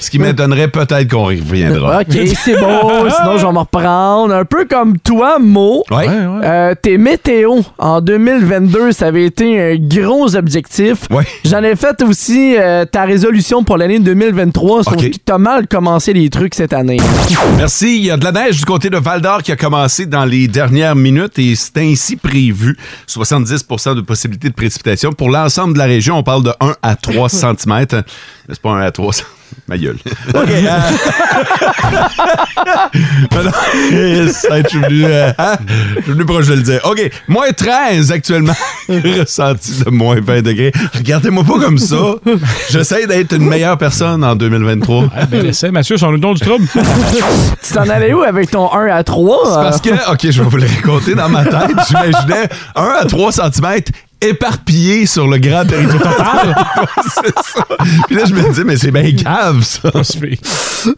[SPEAKER 3] ce qui m'étonnerait peut-être qu'on y reviendra.
[SPEAKER 5] Ok, c'est beau, sinon je vais me reprendre. Un peu comme toi, Mo.
[SPEAKER 3] Ouais.
[SPEAKER 5] Euh, tes météos en 2022, ça avait été un gros objectif. J'en ai fait aussi euh, ta résolution pour l'année 2023, sauf
[SPEAKER 3] Ok.
[SPEAKER 5] que t'as mal commencé les trucs cette année.
[SPEAKER 3] Merci. Il y a de la neige du côté de Val d'Or qui a commencé dans les dernières minutes et c'est ainsi prévu. 70 de possibilité de précipitation. Pour l'ensemble de la région, on parle de 1 à 3 cm. C'est pas 1 à 3 cm. Ma gueule. OK. euh, Non, non, Chris, hey, je suis venu, euh, hein, je suis venu proche de le dire. OK, moins 13 actuellement, ressenti de moins 20 degrés. Regardez-moi pas comme ça. J'essaie d'être une meilleure personne en 2023.
[SPEAKER 4] bel essai, Ah, ben, Mathieu, sans nous donner du trouble.
[SPEAKER 5] tu t'en allais où avec ton 1 à euh? 3?
[SPEAKER 3] C'est parce que, OK, je vais vous le raconter dans ma tête, j'imaginais 1 à 3 cm éparpillé sur le grand territoire total. c'est ça. Puis là, je me dis, mais c'est bien cave, ça.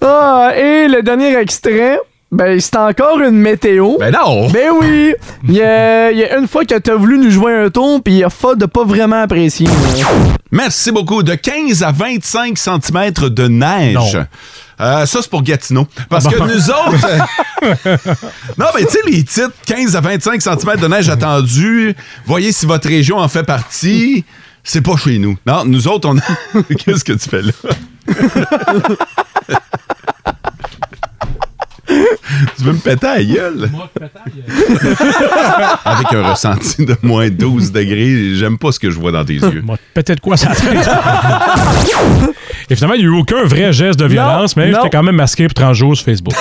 [SPEAKER 5] Ah, et le dernier extrait, ben, c'est encore une météo.
[SPEAKER 3] Ben non!
[SPEAKER 5] Ben oui! Il y a, il y a une fois que t'as voulu nous jouer un tour, puis il y a faute de pas vraiment apprécier. hein.
[SPEAKER 3] Merci beaucoup. De 15 à 25 cm de neige. Euh, ça, c'est pour Gatineau. Parce que
[SPEAKER 11] Bon.
[SPEAKER 3] nous autres. non, mais tu sais, les titres 15 à 25 cm de neige attendue, voyez si votre région en fait partie. C'est pas chez nous. Non, nous autres, on a. Qu'est-ce que tu fais là? tu veux me péter à la gueule? Avec un ressenti de moins 12 degrés, j'aime pas ce que je vois dans tes yeux.
[SPEAKER 4] Peut-être quoi ça Et finalement, il n'y a eu aucun vrai geste de violence, mais
[SPEAKER 3] non.
[SPEAKER 4] j'étais quand même masqué pour 30 jours sur Facebook.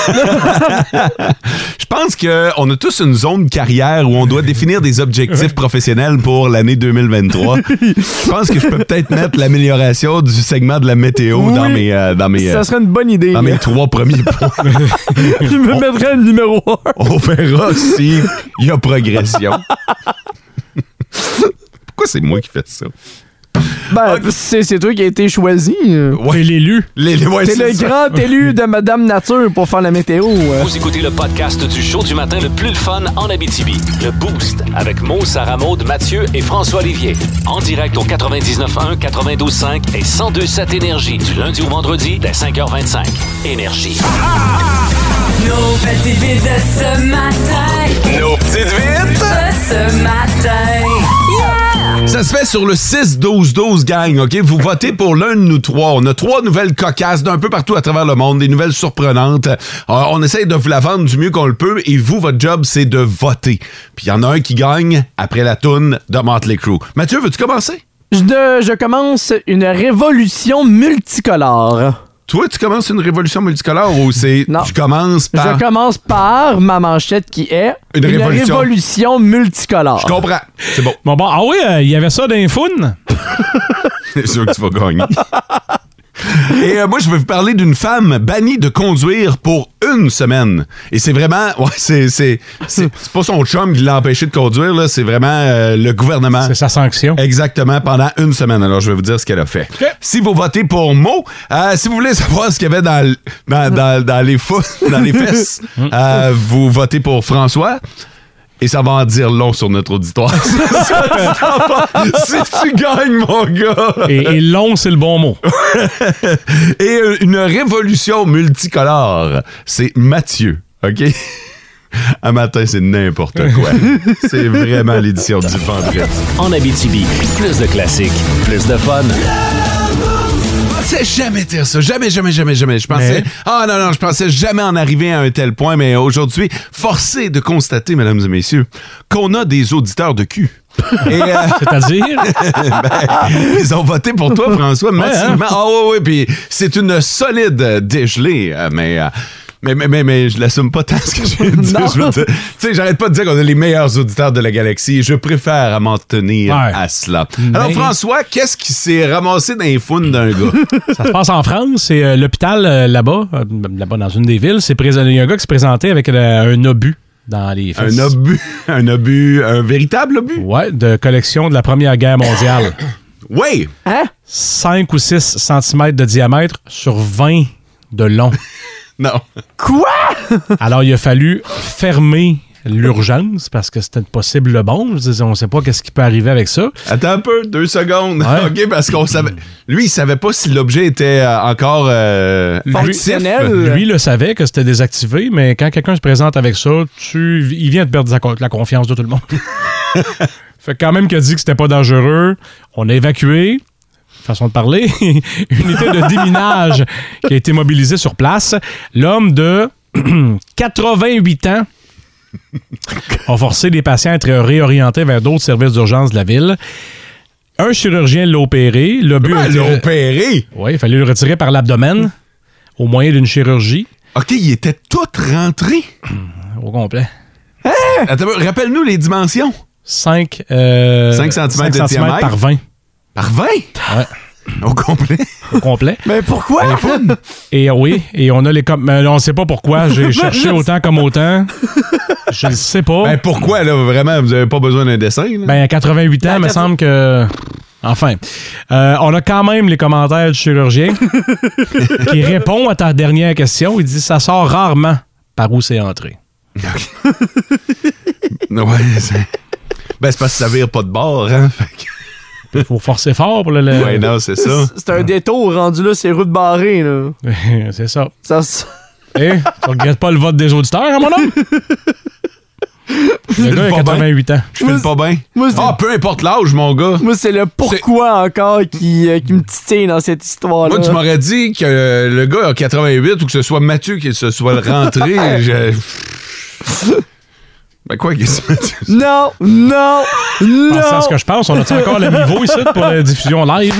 [SPEAKER 3] Je pense qu'on a tous une zone carrière où on doit définir des objectifs professionnels pour l'année 2023. Je pense que je peux peut-être mettre l'amélioration du segment de la météo dans mes, euh, dans mes, euh,
[SPEAKER 5] Ça serait une bonne idée. hein.
[SPEAKER 3] dans mes trois premiers points.
[SPEAKER 5] Je me mettrais le numéro 1.
[SPEAKER 3] On verra s'il y a progression. Pourquoi c'est moi qui fais ça?
[SPEAKER 5] Ben, c'est c'est toi qui as été choisi.
[SPEAKER 3] Ah,
[SPEAKER 5] hein.
[SPEAKER 3] Ouais,
[SPEAKER 4] l'élu.
[SPEAKER 3] ouais,
[SPEAKER 5] T'es
[SPEAKER 3] c'est
[SPEAKER 5] le
[SPEAKER 3] ça.
[SPEAKER 5] grand élu de Madame Nature pour faire la météo. hein.
[SPEAKER 2] Vous écoutez le podcast du show du matin le plus le fun en Abitibi. Le Boost avec Mo, Sarah Maud, Mathieu et François Olivier. En direct au 99.1, 92.5 et 102.7 Énergie du lundi au vendredi dès 5h25. Énergie.
[SPEAKER 13] Nos petites vites de ce matin.
[SPEAKER 3] Nos petites vites
[SPEAKER 13] de ce matin. Yeah!
[SPEAKER 3] Ça se fait sur le 6-12-12, gang, OK? Vous votez pour l'un de nous trois. On a trois nouvelles cocasses d'un peu partout à travers le monde, des nouvelles surprenantes. Euh, on essaye de vous la vendre du mieux qu'on le peut, et vous, votre job, c'est de voter. Puis il y en a un qui gagne après la toune de Motley Crue. Mathieu, veux-tu commencer?
[SPEAKER 5] Je, de- je commence une révolution multicolore.
[SPEAKER 3] Toi, tu commences une révolution multicolore ou c'est... Tu commences par...
[SPEAKER 5] Je commence par ma manchette qui est
[SPEAKER 3] Ah. Une révolution.
[SPEAKER 5] révolution multicolore.
[SPEAKER 3] Je comprends. C'est bon.
[SPEAKER 4] Bon, bon, ah oui, euh, il y avait ça dans les founes.
[SPEAKER 3] C'est sûr que tu vas gagner. Et euh, moi, je vais vous parler d'une femme bannie de conduire pour une semaine. Et c'est vraiment. Ouais, c'est, c'est, c'est, c'est pas son chum qui l'a empêché de conduire, là, c'est vraiment euh, le gouvernement. C'est
[SPEAKER 4] sa sanction.
[SPEAKER 3] Exactement, pendant une semaine. Alors, je vais vous dire ce qu'elle a fait. Si vous votez pour Mo, euh, si vous voulez savoir ce qu'il y avait dans, l- dans, dans- dans les, fous, dans les fesses, euh, vous votez pour François. Et ça va en dire long sur notre auditoire. si tu gagnes, mon gars!
[SPEAKER 4] Et, et long, c'est le bon mot.
[SPEAKER 3] Et euh, une révolution multicolore, c'est Mathieu, OK? Un matin, c'est n'importe quoi. c'est vraiment l'édition du vendredi.
[SPEAKER 2] En Abitibi, plus de classiques, plus de fun.
[SPEAKER 3] pensais jamais dire ça. Jamais, jamais, jamais, jamais. Je pensais. Ah non, non, je pensais jamais en arriver à un tel point, mais aujourd'hui, forcé de constater, mesdames et messieurs, qu'on a des auditeurs de cul. euh,
[SPEAKER 4] C'est-à-dire?
[SPEAKER 3] Ben, ils ont voté pour toi, François,
[SPEAKER 4] Ouais, hein?
[SPEAKER 3] massivement. Ah oui, oui, puis c'est une solide euh, dégelée, euh, mais. euh, Mais, mais, mais, mais je l'assume pas tant ce que j'ai dit.
[SPEAKER 5] Non.
[SPEAKER 3] je veux dire. Tu sais, j'arrête pas de dire qu'on est les meilleurs auditeurs de la galaxie. Je préfère à m'en tenir à cela. Alors,
[SPEAKER 4] Mais-
[SPEAKER 3] François, qu'est-ce qui s'est ramassé dans les founes d'un gars?
[SPEAKER 4] Ça se passe en France. C'est euh, l'hôpital euh, là-bas, euh, là-bas dans une des villes. C'est présent- Il y a un gars qui se présentait avec euh, un obus dans les fesses.
[SPEAKER 3] Un obus, un obus, un véritable obus?
[SPEAKER 4] Ouais, de collection de la Première Guerre mondiale.
[SPEAKER 3] oui!
[SPEAKER 5] Hein?
[SPEAKER 4] 5 ou 6 cm de diamètre sur 20 de long.
[SPEAKER 3] non.
[SPEAKER 5] Quoi?
[SPEAKER 4] Alors, il a fallu fermer l'urgence parce que c'était possible le bon. Je disais, on sait pas qu'est-ce qui peut arriver avec ça.
[SPEAKER 3] Attends un peu, deux secondes.
[SPEAKER 4] Ouais.
[SPEAKER 3] OK, parce qu'on savait. Lui, il savait pas si l'objet était euh, encore euh, actif.
[SPEAKER 4] Lui, lui le savait que c'était désactivé, mais quand quelqu'un se présente avec ça, tu, il vient de perdre sa co- la confiance de tout le monde. fait que quand même qu'il a dit que c'était pas dangereux, on a évacué, façon de parler, une unité de déminage qui a été mobilisée sur place. L'homme de 88 ans a forcé les patients à être réorientés vers d'autres services d'urgence de la ville. Un chirurgien l'a opéré. Le but
[SPEAKER 3] Comment
[SPEAKER 4] a été-
[SPEAKER 3] l'a opéré?
[SPEAKER 4] Oui, il fallait le retirer par l'abdomen au moyen d'une chirurgie.
[SPEAKER 3] OK, il était tout rentré.
[SPEAKER 4] Au complet.
[SPEAKER 3] Attends, un peu, rappelle-nous les dimensions.
[SPEAKER 4] 5,
[SPEAKER 3] 5 cm, de diamètre.
[SPEAKER 4] euh, par 20.
[SPEAKER 3] Par 20? Au complet.
[SPEAKER 4] Au complet.
[SPEAKER 5] Mais pourquoi?
[SPEAKER 4] Et euh, oui, et on a les com- mais on sait pas pourquoi j'ai
[SPEAKER 3] Ben,
[SPEAKER 4] cherché
[SPEAKER 3] je
[SPEAKER 4] autant comme autant. Je le sais pas.
[SPEAKER 3] Ben pourquoi, là, vraiment, vous avez pas besoin d'un dessin? là?
[SPEAKER 4] Ben, à 88 ans, il me semble que. Enfin. Euh, on a quand même les commentaires du chirurgien qui répond à ta dernière question. Il dit ça sort rarement par où c'est entré.
[SPEAKER 3] Ouais, c'est. Ben, c'est parce que ça vire pas de bord, hein? Fait que-
[SPEAKER 4] Il faut forcer fort pour le. le-
[SPEAKER 3] Ouais, non, c'est ça.
[SPEAKER 5] C'est un détour rendu là, c'est route barrée, là.
[SPEAKER 4] c'est ça.
[SPEAKER 5] Ça se-
[SPEAKER 4] Eh, tu regrettes pas le vote des auditeurs, hein, mon homme? Le gars a
[SPEAKER 3] pas
[SPEAKER 4] 88 ans.
[SPEAKER 3] Je fais pas bien.
[SPEAKER 5] Moi, c'est-
[SPEAKER 3] Ah, peu importe l'âge, mon gars.
[SPEAKER 5] Moi, c'est le pourquoi encore qui, euh, qui me titille dans cette histoire-là.
[SPEAKER 3] Moi, tu m'aurais dit que euh, le gars a 88 ou que ce soit Mathieu qui se soit rentré. je... Ben quoi, qu'est-ce que Mathieu?
[SPEAKER 5] Non, non, non.
[SPEAKER 4] Pensez à ce que je pense. On a encore le niveau ici pour la diffusion live?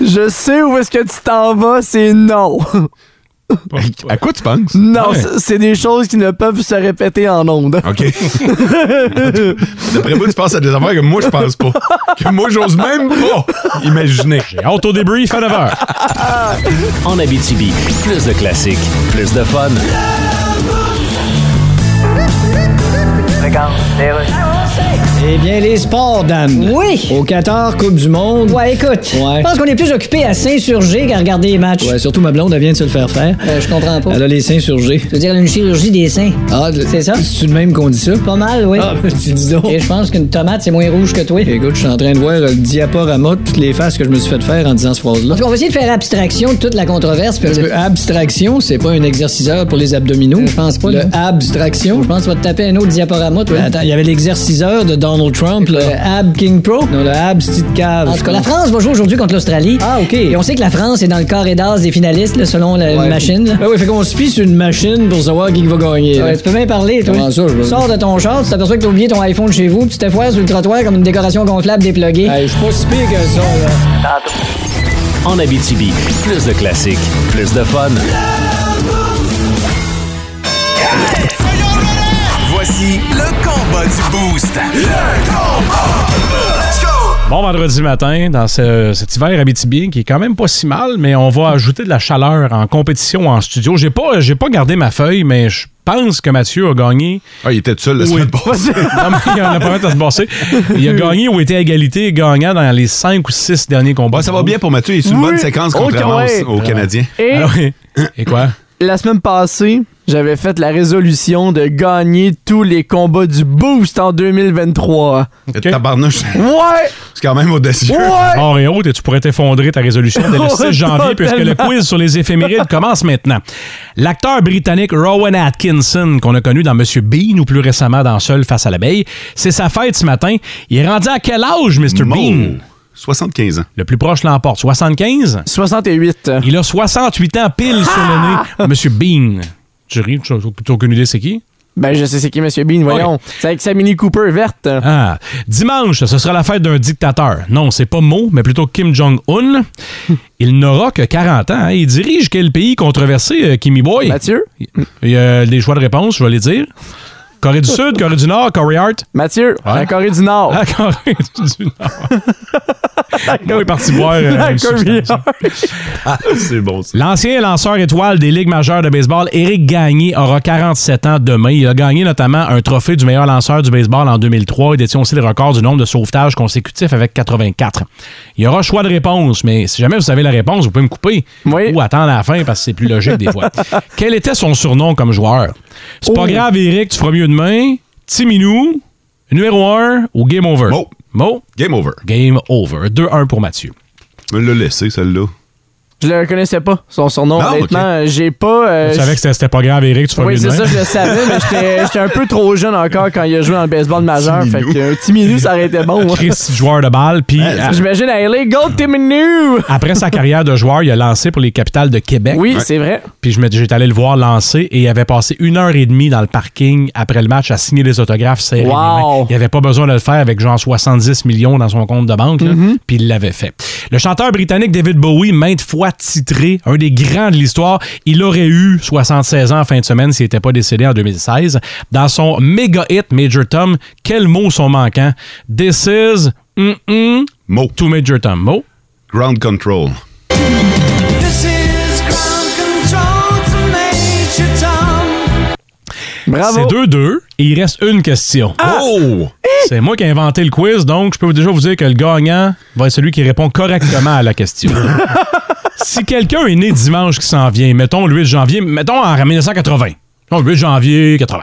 [SPEAKER 5] Je sais où est-ce que tu t'en vas, c'est non.
[SPEAKER 3] À quoi tu penses?
[SPEAKER 5] Non,
[SPEAKER 3] Ouais.
[SPEAKER 5] c'est- c'est des choses qui ne peuvent se répéter en ondes.
[SPEAKER 3] OK. D'après moi, tu penses à des affaires que moi, je pense pas. Que moi, j'ose même pas imaginer.
[SPEAKER 4] J'ai hâte au débrief à 9
[SPEAKER 2] En Abitibi, plus de classiques, plus de fun.
[SPEAKER 8] Eh bien, les sports, dame. Oui. Au 14, Coupe du Monde. Ouais, écoute.
[SPEAKER 9] Je pense qu'on est plus occupé à s'insurger qu'à regarder les matchs.
[SPEAKER 8] Ouais, surtout ma blonde, elle vient de se le faire faire.
[SPEAKER 9] Euh, je comprends pas.
[SPEAKER 8] Elle a les seins surgés.
[SPEAKER 9] Tu veux dire une chirurgie des seins?
[SPEAKER 8] Ah,
[SPEAKER 9] C'est ça?
[SPEAKER 8] C'est le même qu'on dit ça?
[SPEAKER 9] Pas mal, oui.
[SPEAKER 8] Ah, tu dis donc. Eh,
[SPEAKER 9] Et je pense qu'une tomate, c'est moins rouge que toi.
[SPEAKER 8] Écoute, je suis en train de voir le diaporama de toutes les faces que je me suis fait faire en disant cette phrase-là.
[SPEAKER 9] En tout cas, on va essayer de faire abstraction de toute la controverse. puis-
[SPEAKER 8] Le abstraction, c'est pas un exerciceur pour les
[SPEAKER 9] euh,
[SPEAKER 8] abdominaux. Euh, Je pense pas. Le abstraction.
[SPEAKER 9] Je pense que tu vas te taper un autre diaporama, toi.
[SPEAKER 8] Attends, il y avait l'exerciceur de Donald Trump, là. le Ab King Pro. Non, le Ab Ah, Steve Cave.
[SPEAKER 9] En tout cas, la France va jouer aujourd'hui contre l'Australie.
[SPEAKER 8] Ah, OK.
[SPEAKER 9] Et on sait que la France est dans le corps et d'as des finalistes, là, selon la
[SPEAKER 8] Ouais.
[SPEAKER 9] machine. là.
[SPEAKER 8] Ben oui, fait qu'on se fie sur une machine pour savoir qui va gagner. là.
[SPEAKER 9] Ouais, tu peux bien parler, toi.
[SPEAKER 8] Comment ça, je veux-
[SPEAKER 9] Sors de ton char, tu t'aperçois que t'as oublié ton iPhone chez vous, puis tu te foires sur le trottoir comme une décoration gonflable dépluguée.
[SPEAKER 8] Hey, je suis pas si pire que ça, là.
[SPEAKER 2] En Abitibi, plus de classiques, plus de fun.
[SPEAKER 14] Voici le combat du Boost. Le combat!
[SPEAKER 4] Bon vendredi matin, dans ce- cet hiver abitibien qui est quand même pas si mal, mais on va ajouter de la chaleur en compétition en studio. J'ai pas, j'ai pas gardé ma feuille, mais je pense que Mathieu a gagné.
[SPEAKER 3] Ah, il était tout seul la
[SPEAKER 4] Oui.
[SPEAKER 3] semaine passée.
[SPEAKER 4] Non, mais il en a pas mal à se bosser. Il a gagné ou était à égalité gagnant dans les cinq ou six derniers combats.
[SPEAKER 3] Bon, Ah, ça va bien pour Mathieu. Il est sur une
[SPEAKER 5] Oui.
[SPEAKER 3] bonne séquence,
[SPEAKER 5] Ok,
[SPEAKER 3] contrairement aux-
[SPEAKER 5] ouais.
[SPEAKER 3] aux, Canadiens.
[SPEAKER 5] Et-
[SPEAKER 4] Ah oui. Et quoi?
[SPEAKER 5] La semaine passée, j'avais fait la résolution de gagner tous les combats du Boost en 2023.
[SPEAKER 3] Euh, Tabarnouche,
[SPEAKER 5] Ouais!
[SPEAKER 3] c'est quand même audacieux.
[SPEAKER 5] Ouais!
[SPEAKER 4] Or et autres, et tu pourrais t'effondrer ta résolution dès le
[SPEAKER 5] Oh,
[SPEAKER 4] 6 janvier, puisque le
[SPEAKER 5] totalement.
[SPEAKER 4] quiz sur les éphémérides commence maintenant. L'acteur britannique Rowan Atkinson, qu'on a connu dans Monsieur Bean ou plus récemment dans Seul face à l'abeille, c'est sa fête ce matin. Il est rendu à quel âge, Mr.
[SPEAKER 3] Mon-
[SPEAKER 4] Bean?
[SPEAKER 3] 75 ans.
[SPEAKER 4] Le plus proche l'emporte. 75?
[SPEAKER 5] 68.
[SPEAKER 4] Il a 68 ans pile sur le nez. Monsieur Bean. Tu ris, tu n'as aucune idée c'est qui?
[SPEAKER 5] Ben, je sais c'est qui, Monsieur Bean, voyons. C'est avec sa Mini Cooper verte.
[SPEAKER 4] Ah. Dimanche, ce sera la fête d'un dictateur. Non, c'est pas Mo, mais plutôt Kim Jong-un. Il n'aura que 40 ans. hein. Il dirige quel pays controversé, euh, Kimi Boy?
[SPEAKER 5] Mathieu?
[SPEAKER 4] Il y a des choix de réponse, je vais les dire. Corée du Sud, Corée du Nord, Corée Hart.
[SPEAKER 5] Mathieu, la Corée du Nord.
[SPEAKER 4] La Corée du Nord. Moi, il est parti boire. euh,
[SPEAKER 5] La
[SPEAKER 4] une
[SPEAKER 5] Corée.
[SPEAKER 4] substance.
[SPEAKER 3] Ah, c'est bon, ça.
[SPEAKER 4] L'ancien lanceur étoile des Ligues majeures de baseball, Éric Gagné, aura 47 ans demain. Il a gagné notamment un trophée du meilleur lanceur du baseball en 2003. Il détient aussi le record du nombre de sauvetages consécutifs avec 84. Il y aura choix de réponse, mais si jamais vous savez la réponse, vous pouvez me couper ou attendre à la fin parce que c'est plus logique des fois. Quel était son surnom comme joueur? C'est
[SPEAKER 5] Oh.
[SPEAKER 4] pas grave, Éric, tu feras mieux demain. Timinou, numéro 1 ou Game Over? Mo.
[SPEAKER 3] Game Over.
[SPEAKER 4] Game Over. 2-1 pour Mathieu.
[SPEAKER 3] Je me l'ai laissé, celle-là.
[SPEAKER 5] Je le connaissais pas, son surnom.
[SPEAKER 3] Non,
[SPEAKER 5] Honnêtement, j'ai pas. euh,
[SPEAKER 4] Je savais que c'était- c'était pas hein. grave, Éric, tu feras
[SPEAKER 5] Oui,
[SPEAKER 4] mieux
[SPEAKER 5] c'est
[SPEAKER 4] demain.
[SPEAKER 5] ça, je le savais, mais j'étais- j'étais un peu trop jeune encore quand il a joué dans le baseball majeur. Fait que Timinu, ça aurait été bon. hein.
[SPEAKER 4] Chris, ah. joueur de balle. Puis à-
[SPEAKER 5] J'imagine à LA, go Timinu!
[SPEAKER 4] après sa carrière de joueur, il a lancé pour les capitales de Québec.
[SPEAKER 5] Oui, c'est vrai.
[SPEAKER 4] Puis je m'étais- j'étais allé le voir lancer et il avait passé une heure et demie dans le parking après le match à signer des autographes serrés les
[SPEAKER 5] Wow.
[SPEAKER 4] mains. Il avait pas besoin de le faire avec genre 70 millions dans son compte de banque, là,
[SPEAKER 5] Mm-hmm.
[SPEAKER 4] puis il l'avait fait. Le chanteur britannique David Bowie, maintes fois titré, un des grands de l'histoire, il aurait eu 76 ans en fin de semaine s'il n'était pas décédé en 2016. Dans son méga hit Major Tom, quels mots sont manquants? This is... mm, mm, To Major Oh. Tom. Mo.
[SPEAKER 3] Ground Control.
[SPEAKER 13] This is ground control to Major Tom.
[SPEAKER 5] Ah
[SPEAKER 4] C'est 2-2 et il reste une question.
[SPEAKER 3] Ah!
[SPEAKER 4] Oh! C'est moi qui ai inventé le quiz, donc je peux déjà vous dire que le gagnant va être celui qui répond correctement à la question. si quelqu'un est né dimanche qui s'en vient, mettons le 8 janvier, mettons en 1980. Non, le 8 janvier 80.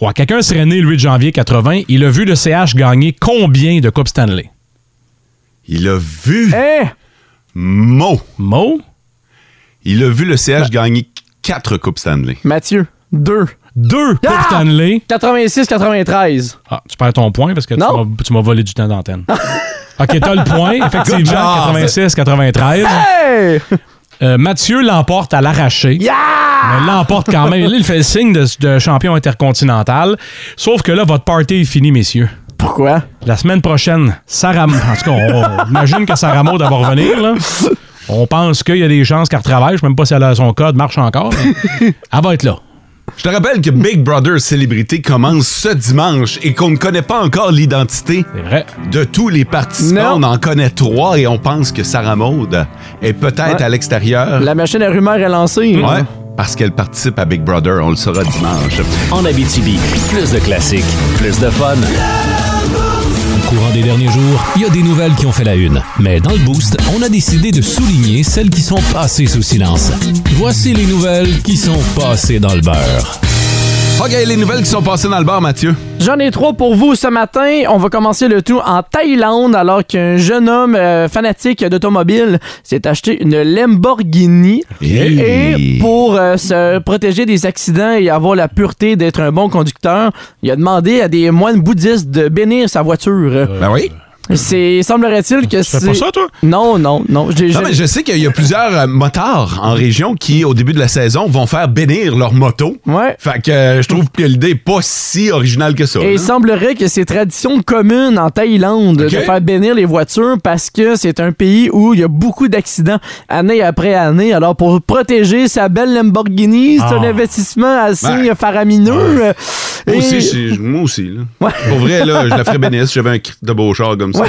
[SPEAKER 4] Ouais, quelqu'un serait né le 8 janvier 80, il a vu le CH gagner combien de Coupe Stanley?
[SPEAKER 3] Il a vu.
[SPEAKER 4] Mo. Mo?
[SPEAKER 3] Il a vu le CH gagner 4 Coupes Stanley.
[SPEAKER 5] Mathieu, deux.
[SPEAKER 4] Deux
[SPEAKER 5] Ah!
[SPEAKER 4] Coupe Stanley.
[SPEAKER 5] 86-93.
[SPEAKER 4] Ah, tu perds ton point parce que tu
[SPEAKER 5] Non.
[SPEAKER 4] m'as- tu m'as volé du temps d'antenne. OK, t'as le point,
[SPEAKER 5] Good job.
[SPEAKER 4] effectivement, 86-93.
[SPEAKER 5] Hey!
[SPEAKER 4] Euh, Mathieu l'emporte à l'arraché. Mais l'emporte quand même. Là, il fait le signe de, de champion intercontinental. Sauf que là, votre party est fini, messieurs.
[SPEAKER 5] Pourquoi?
[SPEAKER 4] La semaine prochaine, Sarah... En tout cas, on, on imagine que Sarah Maud va revenir. là. On pense qu'il y a des chances qu'elle travaille. Je sais même pas si elle a son code, marche encore. mais elle va être là.
[SPEAKER 3] Je te rappelle que Big Brother Célébrité commence ce dimanche et qu'on ne connaît pas encore l'identité de tous les participants. On en connaît trois et on pense que Sarah Maud est peut-être
[SPEAKER 5] Ouais.
[SPEAKER 3] à l'extérieur.
[SPEAKER 5] La machine à rumeurs est lancée. hein.
[SPEAKER 3] Ouais, parce qu'elle participe à Big Brother. On le saura dimanche.
[SPEAKER 2] En Abitibi, plus de classiques, plus de fun.
[SPEAKER 7] Au courant des derniers jours, il y a des nouvelles qui ont fait la une. Mais dans le Boost, on a décidé de souligner celles qui sont passées sous silence. Voici les nouvelles qui sont passées dans le beurre.
[SPEAKER 3] OK, les nouvelles qui sont passées dans le bar, Mathieu.
[SPEAKER 5] J'en ai trois pour vous ce matin. On va commencer le tout en Thaïlande alors qu'un jeune homme euh, fanatique d'automobile s'est acheté une Lamborghini.
[SPEAKER 13] Hey.
[SPEAKER 5] Et pour euh, se protéger des accidents et avoir la pureté d'être un bon conducteur, il a demandé à des moines bouddhistes de bénir sa voiture.
[SPEAKER 3] Ben oui.
[SPEAKER 5] C'est semblerait-il que c'est
[SPEAKER 3] fais pas ça, toi?
[SPEAKER 5] Non, non, non. J'ai-
[SPEAKER 3] Non,
[SPEAKER 5] j'ai-
[SPEAKER 3] mais je sais qu'il y a plusieurs euh, motards en région qui, au début de la saison, vont faire bénir leur moto.
[SPEAKER 5] Ouais.
[SPEAKER 3] Fait que euh, je trouve que l'idée n'est pas si originale que ça.
[SPEAKER 5] Et il
[SPEAKER 3] hein.
[SPEAKER 5] semblerait que c'est tradition commune en Thaïlande de faire bénir les voitures parce que c'est un pays où il y a beaucoup d'accidents année après année. Alors, pour protéger sa belle Lamborghini, c'est un
[SPEAKER 3] Ah.
[SPEAKER 5] investissement assez
[SPEAKER 3] Ouais.
[SPEAKER 5] faramineux.
[SPEAKER 3] Moi
[SPEAKER 5] Et-
[SPEAKER 3] aussi, je- moi aussi. Là.
[SPEAKER 5] Ouais.
[SPEAKER 3] Pour vrai, là, je la ferais bénir si j'avais un cri de beau char comme ça.
[SPEAKER 5] Ouais,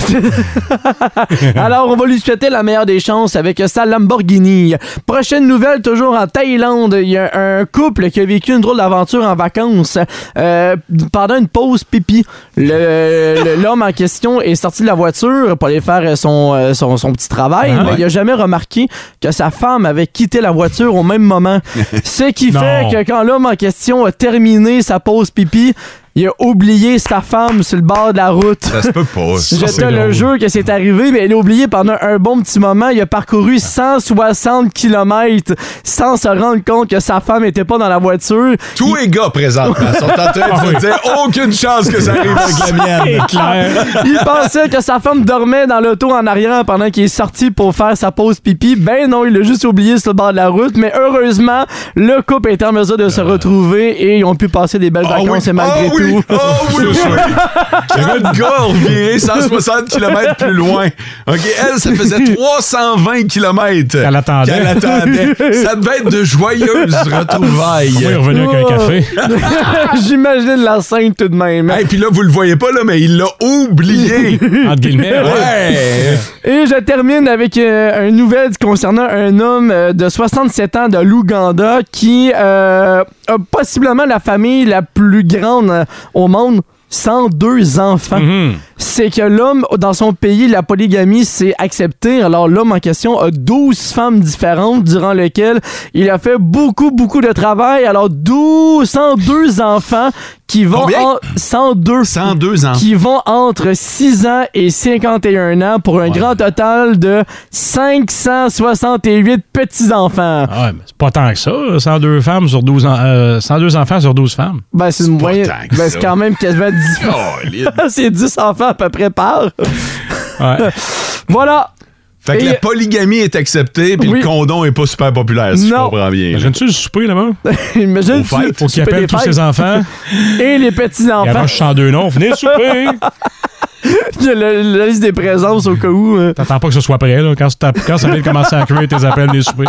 [SPEAKER 5] c'est- Alors, on va lui souhaiter la meilleure des chances avec sa Lamborghini. Prochaine nouvelle, toujours en Thaïlande. Il y a un couple qui a vécu une drôle d'aventure en vacances. Euh, pendant une pause pipi, le- le- l'homme en question est sorti de la voiture pour aller faire son, euh, son, son petit travail.
[SPEAKER 15] Ah,
[SPEAKER 5] mais
[SPEAKER 15] ouais.
[SPEAKER 5] Il a jamais remarqué que sa femme avait quitté la voiture au même moment. Ce qui
[SPEAKER 15] Non.
[SPEAKER 5] fait que quand l'homme en question a terminé sa pause pipi, Il a oublié sa femme sur le bord de la route.
[SPEAKER 3] Ça se peut pas. Ça,
[SPEAKER 5] Je
[SPEAKER 3] c'est
[SPEAKER 5] te le
[SPEAKER 3] drôle.
[SPEAKER 5] jure que c'est arrivé, mais il a oublié pendant un bon petit moment. Il a parcouru 160 km sans se rendre compte que sa femme était pas dans la voiture.
[SPEAKER 3] Tous les gars présents sont en train de se dire aucune chance que ça arrive avec la mienne.
[SPEAKER 5] C'est clair. Il pensait que sa femme dormait dans l'auto en arrière pendant qu'il est sorti pour faire sa pause pipi. Ben non, il l'a juste oublié sur le bord de la route. Mais heureusement, le couple est en mesure de se retrouver et ils ont pu passer des belles vacances et malgré
[SPEAKER 3] oh Ah. oui,
[SPEAKER 5] tout.
[SPEAKER 3] oh oui, Notre gars a reviré 160 km plus loin. OK, elle, ça faisait 320 km qu'elle attendait. Ça devait être de joyeuses retrouvailles.
[SPEAKER 4] On va y revenir avec un café.
[SPEAKER 5] J'imagine la scène tout de même. hein.
[SPEAKER 3] Et puis là, vous le voyez pas, là, mais il l'a oublié.
[SPEAKER 4] Entre guillemets.
[SPEAKER 3] Ouais.
[SPEAKER 5] Et je termine avec euh, une nouvelle concernant un homme euh, de 67 ans de l'Ouganda qui euh, a possiblement la famille la plus grande euh, au monde. 102 enfants. C'est que l'homme, dans son pays, la polygamie, c'est accepté. Alors, l'homme en question a 12 femmes différentes durant lesquelles il a fait beaucoup, beaucoup de travail. Alors, 12, 102 enfants qui vont
[SPEAKER 3] Combien?
[SPEAKER 5] en 102.
[SPEAKER 3] 102 enfants.
[SPEAKER 5] Qui vont entre 6 ans et 51 ans pour un grand total de 568 petits-enfants.
[SPEAKER 4] Ah ouais, mais c'est pas tant que ça, là, 102 femmes sur 12 en- euh, 102 enfants sur 12 femmes.
[SPEAKER 5] Ben, c'est une moyenne.
[SPEAKER 4] tant que
[SPEAKER 5] Ben,
[SPEAKER 4] ça.
[SPEAKER 5] c'est quand même quasiment 10 C'est 10 enfants à peu près par. voilà.
[SPEAKER 3] Fait que
[SPEAKER 5] Et-
[SPEAKER 3] la polygamie est acceptée, puis le condom est pas super populaire, si je comprends bien.
[SPEAKER 4] Imagine-tu le souper là-bas?
[SPEAKER 5] Imagine
[SPEAKER 3] Au fait,
[SPEAKER 4] Faut qu'il appelle tous ses enfants.
[SPEAKER 5] Et les
[SPEAKER 4] Il
[SPEAKER 5] petits-enfants.
[SPEAKER 4] arrache en deux noms. Venez souper!
[SPEAKER 5] Il y a le- la liste des présences au cas où. euh.
[SPEAKER 4] T'attends pas que ce soit prêt, là. Quand, t'as- quand ça vient de commencer à cuire tes appels, des soupers.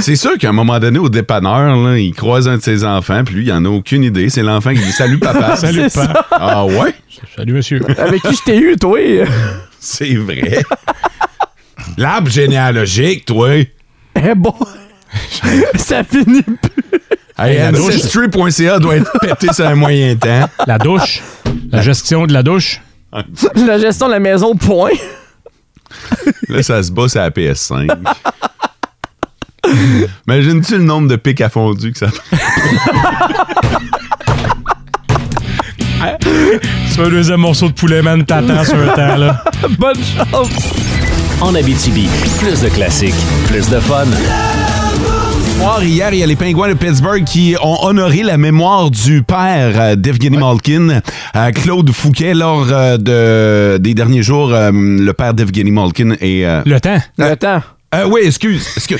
[SPEAKER 3] C'est sûr qu'à un moment donné, au dépanneur, là, il croise un de ses enfants, puis lui, il en a aucune idée. C'est l'enfant qui dit Salut papa.
[SPEAKER 4] Salut, C'est papa. ça.
[SPEAKER 3] Ah ouais?
[SPEAKER 4] Salut monsieur.
[SPEAKER 5] Avec qui je t'ai eu, toi?
[SPEAKER 3] C'est vrai. L'arbre généalogique, toi.
[SPEAKER 5] Eh bon. ça finit
[SPEAKER 3] Hey,
[SPEAKER 4] La douche.
[SPEAKER 3] Ancestry.ca doit être pété sur un moyen temps.
[SPEAKER 4] La douche. La gestion de la douche.
[SPEAKER 5] La gestion de la maison, point.
[SPEAKER 3] Là, ça se bosse à la PS5. Imagine-tu le nombre de pics à fondu que ça prend?
[SPEAKER 4] C'est un deuxième morceau de poulet, man. T'attends sur un temps, là.
[SPEAKER 5] Bonne chance.
[SPEAKER 2] En Abitibi, plus de classiques, plus de fun.
[SPEAKER 3] Voir, Hier, il y a les Pingouins de Pittsburgh qui ont honoré la mémoire du père euh, d'Evgeny Malkin, euh, Claude Fouquet, lors euh, de, des derniers jours. euh, le père d'Evgeny Malkin et...
[SPEAKER 4] Le temps.
[SPEAKER 5] Le temps.
[SPEAKER 3] Euh, oui, excuse. excuse.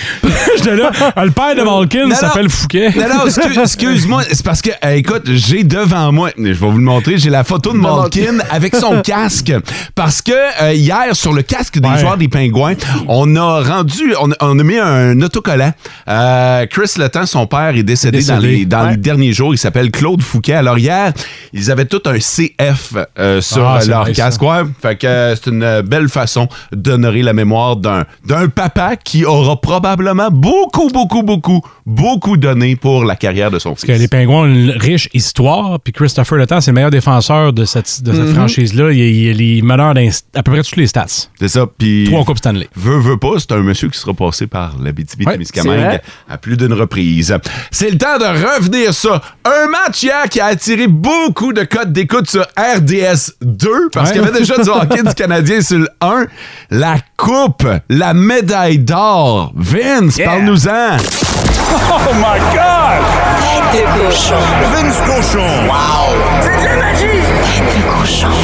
[SPEAKER 4] J'étais là. Ah, Le père de Malkin
[SPEAKER 3] Non,
[SPEAKER 4] s'appelle
[SPEAKER 3] non.
[SPEAKER 4] Fouquet.
[SPEAKER 3] Non, non, excu- excuse-moi. C'est parce que, euh, écoute, j'ai devant moi, je vais vous le montrer, j'ai la photo de Malkin avec son casque. Parce que euh, hier, sur le casque des joueurs des Pingouins, on a rendu, on, a- on a mis un autocollant. Euh, Chris Letang, son père, est décédé,
[SPEAKER 4] Décédé.
[SPEAKER 3] dans, les, dans
[SPEAKER 4] Ouais.
[SPEAKER 3] les derniers jours. Il s'appelle Claude Fouquet. Alors hier, ils avaient tout un CF euh, sur
[SPEAKER 4] Ah,
[SPEAKER 3] euh,
[SPEAKER 4] c'est
[SPEAKER 3] leur
[SPEAKER 4] vrai, ça.
[SPEAKER 3] casque. Ouais, fait que euh, c'est une euh, belle façon d'honorer la mémoire d'un d'un papa qui aura probablement beaucoup, beaucoup, beaucoup, beaucoup donné pour la carrière de son fils.
[SPEAKER 4] Parce que les Pingouins ont une riche histoire, puis Christopher Letang, c'est le meilleur défenseur de cette, de cette
[SPEAKER 3] Mhm.
[SPEAKER 4] franchise-là. Il, est- il est meneur dans à peu près tous les stats.
[SPEAKER 3] C'est ça, puis...
[SPEAKER 4] Trois Coupes Stanley.
[SPEAKER 3] Veut, veut pas, c'est un monsieur qui sera passé par la
[SPEAKER 4] Ouais, c'est
[SPEAKER 3] témiscamingue
[SPEAKER 4] vrai.
[SPEAKER 3] à plus d'une reprise. C'est le temps de revenir ça. Un match hier qui a attiré beaucoup de codes d'écoute sur RDS 2, parce
[SPEAKER 4] Ouais.
[SPEAKER 3] qu'il y avait déjà du hockey du Canadien sur le 1. La coupe, la médaille d'or. Vince, parle-nous-en.
[SPEAKER 13] Oh my god! Tête de cochon. Vince cochon. Wow! C'est de la magie! Tête de cochon.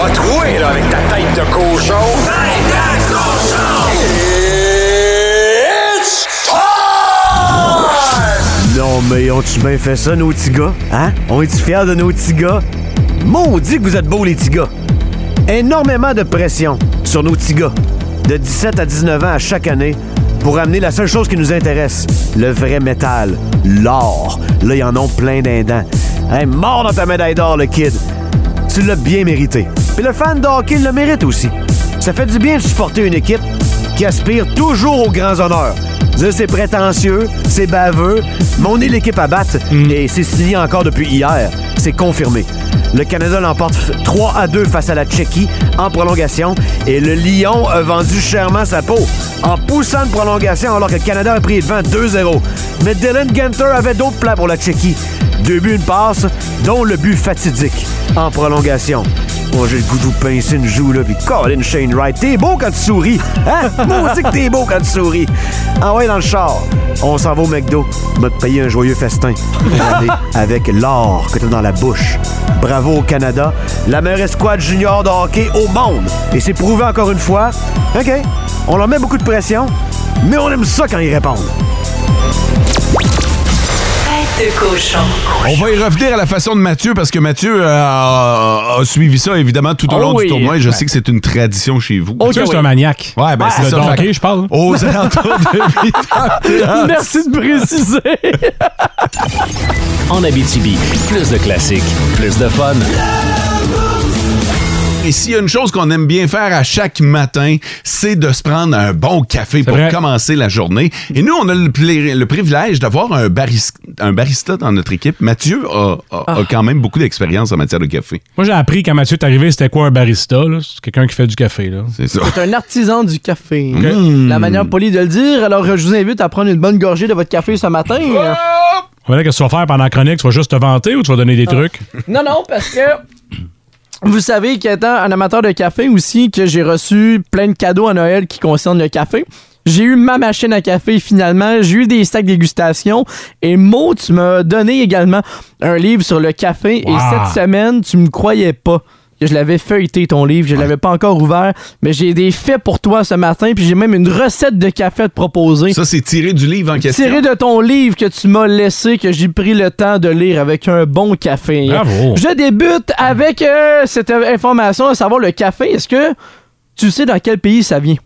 [SPEAKER 13] A troué, là, avec ta tête de cochon. Tête de cochon! It's
[SPEAKER 15] Non, mais ont-tu bien fait ça, nos petits gars? Hein? On est-tu fiers de nos petits gars? Maudit que vous êtes beaux, les petits gars! Énormément de pression sur nos petits gars, de 17 à 19 ans à chaque année, pour amener la seule chose qui nous intéresse, le vrai métal, l'or. Là, ils en ont plein d'indents. Hey, mort dans ta médaille d'or, le kid! Tu l'as bien mérité. Puis le fan de hockey le mérite aussi. Ça fait du bien de supporter une équipe qui aspire toujours aux grands honneurs. Dire c'est prétentieux, c'est baveux, mais on est l'équipe à battre et c'est signé encore depuis hier. C'est confirmé. Le Canada l'emporte f- 3 à 2 face à la Tchéquie en prolongation et le Lion a vendu chèrement sa peau en poussant une prolongation alors que le Canada a pris devant 2-0. Mais Dylan Genter avait d'autres plans pour la Tchéquie. Deux buts, une passe, dont le but fatidique en prolongation. Moi, j'ai le goût de vous pincer une joue, là, puis Colin Shane Wright, t'es beau quand tu souris, hein? Maudit que t'es beau quand tu souris. Ah ouais, dans le char, on s'en va au McDo. Va te payer un joyeux festin. Allez, avec l'or que t'as dans la bouche. Bravo au Canada, la meilleure escouade junior de hockey au monde. Et c'est prouvé encore une fois. OK, on leur met beaucoup de pression, mais on aime ça quand ils répondent.
[SPEAKER 13] Tête de cochon.
[SPEAKER 3] On va y revenir à la façon de Mathieu parce que Mathieu euh, a, a suivi ça évidemment tout au
[SPEAKER 4] Oh
[SPEAKER 3] long
[SPEAKER 4] oui.
[SPEAKER 3] du tournoi et je
[SPEAKER 4] Ouais.
[SPEAKER 3] sais que c'est une tradition chez vous.
[SPEAKER 4] Ok, Mathieu, c'est oui. un maniaque.
[SPEAKER 3] Ouais, ben
[SPEAKER 4] Ouais.
[SPEAKER 3] c'est
[SPEAKER 4] Le
[SPEAKER 3] ça.
[SPEAKER 4] donkey,
[SPEAKER 3] Fait que-
[SPEAKER 4] je parle.
[SPEAKER 3] Aux alentours de 8h30.
[SPEAKER 5] Merci de préciser.
[SPEAKER 2] En Abitibi, plus de classiques, plus de fun.
[SPEAKER 3] Et s'il y a une chose qu'on aime bien faire à chaque matin, c'est de se prendre un bon café pour commencer la journée. Et nous, on a le, pla- le privilège d'avoir un, baris- un barista dans notre équipe. Mathieu a, a-
[SPEAKER 4] Ah.
[SPEAKER 3] a quand même beaucoup d'expérience en matière de café.
[SPEAKER 4] Moi, j'ai appris quand Mathieu est arrivé, c'était quoi un barista? là? C'est quelqu'un qui fait du café. là.
[SPEAKER 3] C'est ça.
[SPEAKER 5] C'est un artisan du café. La manière polie de le dire. Alors, je vous invite à prendre une bonne gorgée de votre café ce matin.
[SPEAKER 4] On va dire, qu'est-ce que tu vas faire pendant la chronique? Tu vas juste te vanter ou tu vas donner
[SPEAKER 5] Ah.
[SPEAKER 4] des trucs?
[SPEAKER 5] Non, non, parce que vous savez qu'étant un amateur de café aussi, que j'ai reçu plein de cadeaux à Noël qui concernent le café. J'ai eu ma machine à café finalement, j'ai eu des sacs dégustation et Mo, tu m'as donné également un livre sur le café
[SPEAKER 4] Wow.
[SPEAKER 5] et cette semaine, tu me croyais pas que je l'avais feuilleté ton livre, je l'avais pas encore ouvert, mais j'ai des faits pour toi ce matin puis j'ai même une recette de café à te proposer.
[SPEAKER 3] Ça, c'est tiré du livre en question.
[SPEAKER 5] Tiré de ton livre que tu m'as laissé, que j'ai pris le temps de lire avec un bon café. hein.
[SPEAKER 13] Bravo.
[SPEAKER 5] Je débute avec euh, cette information à savoir le café. Est-ce que tu sais dans quel pays ça vient?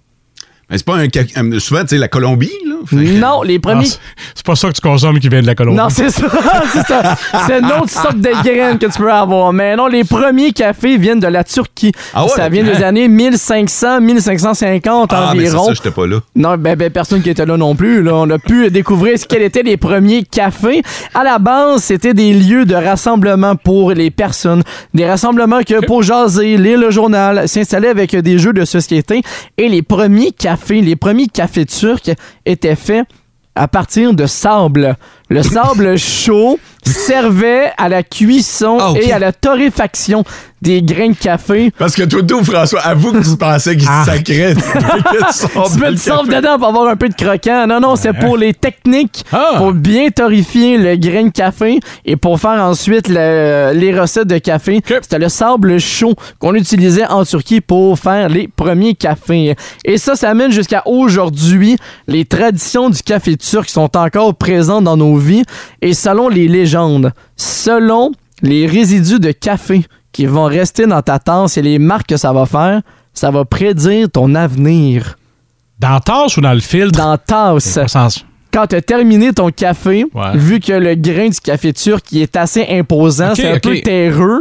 [SPEAKER 3] Mais c'est pas un café. euh, Souvent, tu sais, la Colombie, là.
[SPEAKER 5] Non, les
[SPEAKER 3] Ah,
[SPEAKER 5] premiers...
[SPEAKER 4] Ah, C'est pas ça que tu consommes qui vient de la Colombie.
[SPEAKER 5] Non, c'est ça. c'est ça. C'est une autre sorte de graine que tu peux avoir. Mais non, les premiers cafés viennent de la Turquie.
[SPEAKER 3] Ah ouais?
[SPEAKER 5] ça vient des années 1500, 1550
[SPEAKER 3] Ah, mais c'est
[SPEAKER 5] environ.
[SPEAKER 3] ça, j'étais pas là.
[SPEAKER 5] Non, ben, ben, personne qui était là non plus. Là. On a pu découvrir ce qu'étaient étaient les premiers cafés. À la base, c'était des lieux de rassemblement pour les personnes. Des rassemblements que, pour jaser, lire le journal, s'installer avec des jeux de société. Et les premiers cafés, les premiers cafés turcs étaient faits à partir de sable. Le sable chaud servait à la cuisson
[SPEAKER 3] Ah, ok.
[SPEAKER 5] et à la torréfaction des grains de café.
[SPEAKER 3] Parce que toi, d'où, François, avoue que tu pensais qu'il se sacrait.
[SPEAKER 5] Ah. tu mets du sable dedans pour avoir un peu de croquant. Non, non, c'est pour les techniques, pour bien torréfier le grain de café et pour faire ensuite le- les recettes de café. C'était le sable chaud qu'on utilisait en Turquie pour faire les premiers cafés. Et ça, ça amène jusqu'à aujourd'hui. Les traditions du café turc sont encore présentes dans nos vies et selon les légendes, selon les résidus de café qui vont rester dans ta tasse et les marques que ça va faire, ça va prédire ton avenir.
[SPEAKER 4] Dans tasse ou dans le filtre?
[SPEAKER 5] Dans tasse. Quand tu as terminé ton café,
[SPEAKER 4] Ouais.
[SPEAKER 5] vu que le grain du café turc il est assez imposant,
[SPEAKER 4] Ok,
[SPEAKER 5] c'est un
[SPEAKER 4] ok. Ah.
[SPEAKER 5] peu terreux,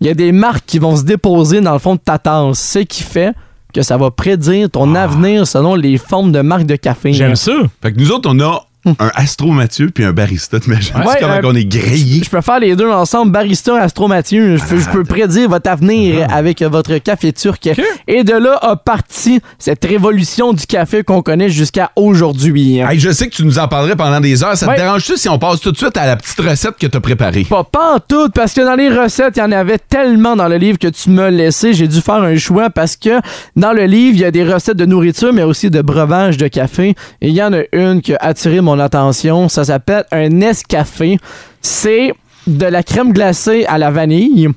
[SPEAKER 5] il y a des marques qui vont se déposer dans le fond de ta tasse, ce qui fait que ça va prédire ton avenir selon les formes de marques de café.
[SPEAKER 3] Fait que nous autres, on a un astro Mathieu puis un barista. T'imagines
[SPEAKER 5] Ouais,
[SPEAKER 3] comment
[SPEAKER 5] euh,
[SPEAKER 3] on est grillé?
[SPEAKER 5] Je peux faire les deux ensemble, barista, astro Mathieu. Je peux, je peux prédire votre avenir avec votre café turc. Et de là a parti cette révolution du café qu'on connaît jusqu'à aujourd'hui.
[SPEAKER 3] Hey, je sais que tu nous en parlerais pendant des heures. Ça
[SPEAKER 5] Ouais.
[SPEAKER 3] te dérange-tu si on passe tout de suite à la petite recette que t'as préparée?
[SPEAKER 5] Pas, pas en tout, parce que dans les recettes, il y en avait tellement dans le livre que tu me laissé. J'ai dû faire un choix parce que dans le livre, il y a des recettes de nourriture, mais aussi de breuvages de café. Et il y en a une qui a attiré mon attention. Ça s'appelle un escafé. C'est de la crème glacée à la vanille.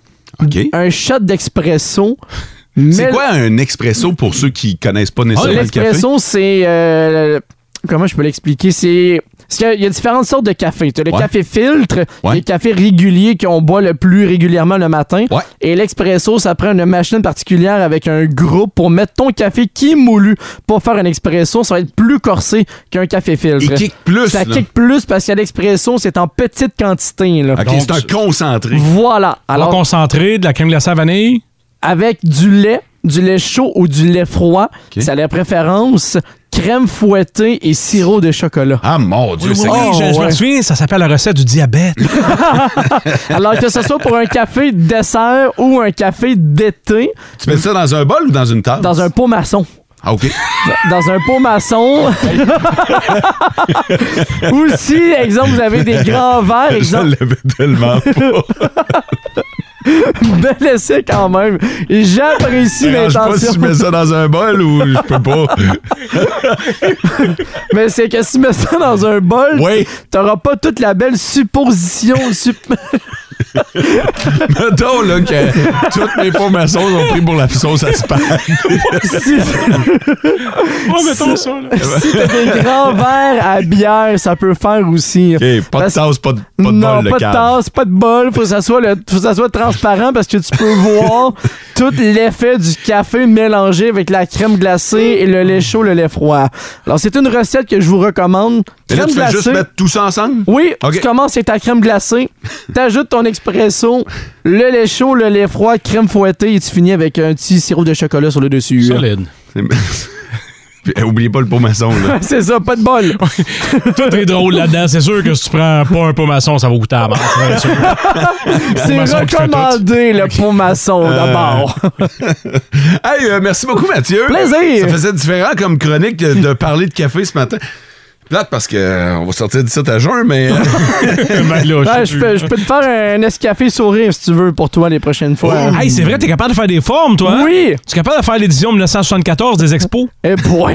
[SPEAKER 5] Un shot d'expresso.
[SPEAKER 3] C'est
[SPEAKER 5] Mais-
[SPEAKER 3] quoi un expresso pour ceux qui connaissent pas nécessairement le café?
[SPEAKER 5] Ah, L'espresso, c'est. euh, comment je peux l'expliquer? C'est. c'est qu'il y a- Il y a différentes sortes de café. Tu as le
[SPEAKER 3] Ouais.
[SPEAKER 5] café filtre,
[SPEAKER 3] Ouais.
[SPEAKER 5] les cafés réguliers qu'on boit le plus régulièrement le matin. Et l'expresso, ça prend une machine particulière avec un groupe pour mettre ton café qui est moulu pour faire un expresso. Ça va être plus corsé qu'un café filtre.
[SPEAKER 3] Il kick plus,
[SPEAKER 5] Ça
[SPEAKER 3] là.
[SPEAKER 5] kick plus parce que l'expresso, c'est en petite quantité. Là.
[SPEAKER 3] Ok, c'est un concentré.
[SPEAKER 5] Voilà.
[SPEAKER 4] Alors, concentré, de la crème glacée à vanille.
[SPEAKER 5] Avec du lait, du lait chaud ou du lait froid. C'est à la préférence. Crème fouettée et sirop de chocolat.
[SPEAKER 3] Ah mon
[SPEAKER 5] Oh,
[SPEAKER 4] Oui, oui, oui, je, je me souviens, ça s'appelle la recette du diabète.
[SPEAKER 5] Alors que ce soit pour un café dessert ou un café d'été
[SPEAKER 3] Tu mets ça dans un bol ou dans une tasse?
[SPEAKER 5] dans un pot maçon.
[SPEAKER 3] OK.
[SPEAKER 5] Dans un pot maçon. Ou si, exemple, vous avez des grands verres, exemple.
[SPEAKER 3] Je l'avais tellement pas.
[SPEAKER 5] Bel essai quand même. J'apprécie
[SPEAKER 3] Je sais
[SPEAKER 5] l'intention.
[SPEAKER 3] pas si je mets ça dans un bol ou je peux pas.
[SPEAKER 5] Mais c'est que si tu mets ça dans un bol, t'auras pas toute la belle supposition. sup-
[SPEAKER 3] Mettons là, que toutes mes pots maçons sont pris pour la sauce à spag.
[SPEAKER 5] si
[SPEAKER 6] Moi, mettons ça, là.
[SPEAKER 5] si t'as des grands verres à bière, ça peut faire aussi.
[SPEAKER 3] pas de tasse, pas de, pas de
[SPEAKER 5] non,
[SPEAKER 3] bol de
[SPEAKER 5] pas
[SPEAKER 3] cave.
[SPEAKER 5] de tasse, pas de bol. Faut que, ça soit le- faut que ça soit transparent parce que tu peux voir tout l'effet du café mélangé avec la crème glacée et le lait chaud, le lait froid. Alors, c'est une recette que je vous recommande.
[SPEAKER 3] Et
[SPEAKER 5] Crème
[SPEAKER 3] là, tu fais
[SPEAKER 5] glacée.
[SPEAKER 3] juste mettre tout ça ensemble?
[SPEAKER 5] Oui,
[SPEAKER 3] OK.
[SPEAKER 5] tu commences avec ta crème glacée, t'ajoutes ton espresso, le lait chaud, le lait froid, crème fouettée et tu finis avec un petit sirop de chocolat sur le dessus.
[SPEAKER 4] Solide.
[SPEAKER 3] Puis, eh, Oubliez pas le pot maçon. Là.
[SPEAKER 5] c'est ça, pas de bol.
[SPEAKER 4] Tout est drôle là-dedans. C'est sûr que si tu prends pas un pot maçon, ça va goûter à la merde. C'est sûr.
[SPEAKER 5] C'est
[SPEAKER 4] maçon qui fait
[SPEAKER 5] recommandé le pont maçon d'abord.
[SPEAKER 3] hey, euh, merci beaucoup, Mathieu.
[SPEAKER 5] Plaisir.
[SPEAKER 3] Ça faisait différent comme chronique de, de parler de café ce matin. Plate parce que euh, on va sortir d'ici à jeun, mais. euh,
[SPEAKER 5] Ouais, Ben, je, peux, je peux te faire un escafé sourire si tu veux pour toi les prochaines fois.
[SPEAKER 4] Oh. Hey, c'est vrai, t'es capable de faire des formes, toi? hein?
[SPEAKER 5] Oui!
[SPEAKER 4] Tu es capable de faire l'édition 1974 des expos?
[SPEAKER 5] Eh, point!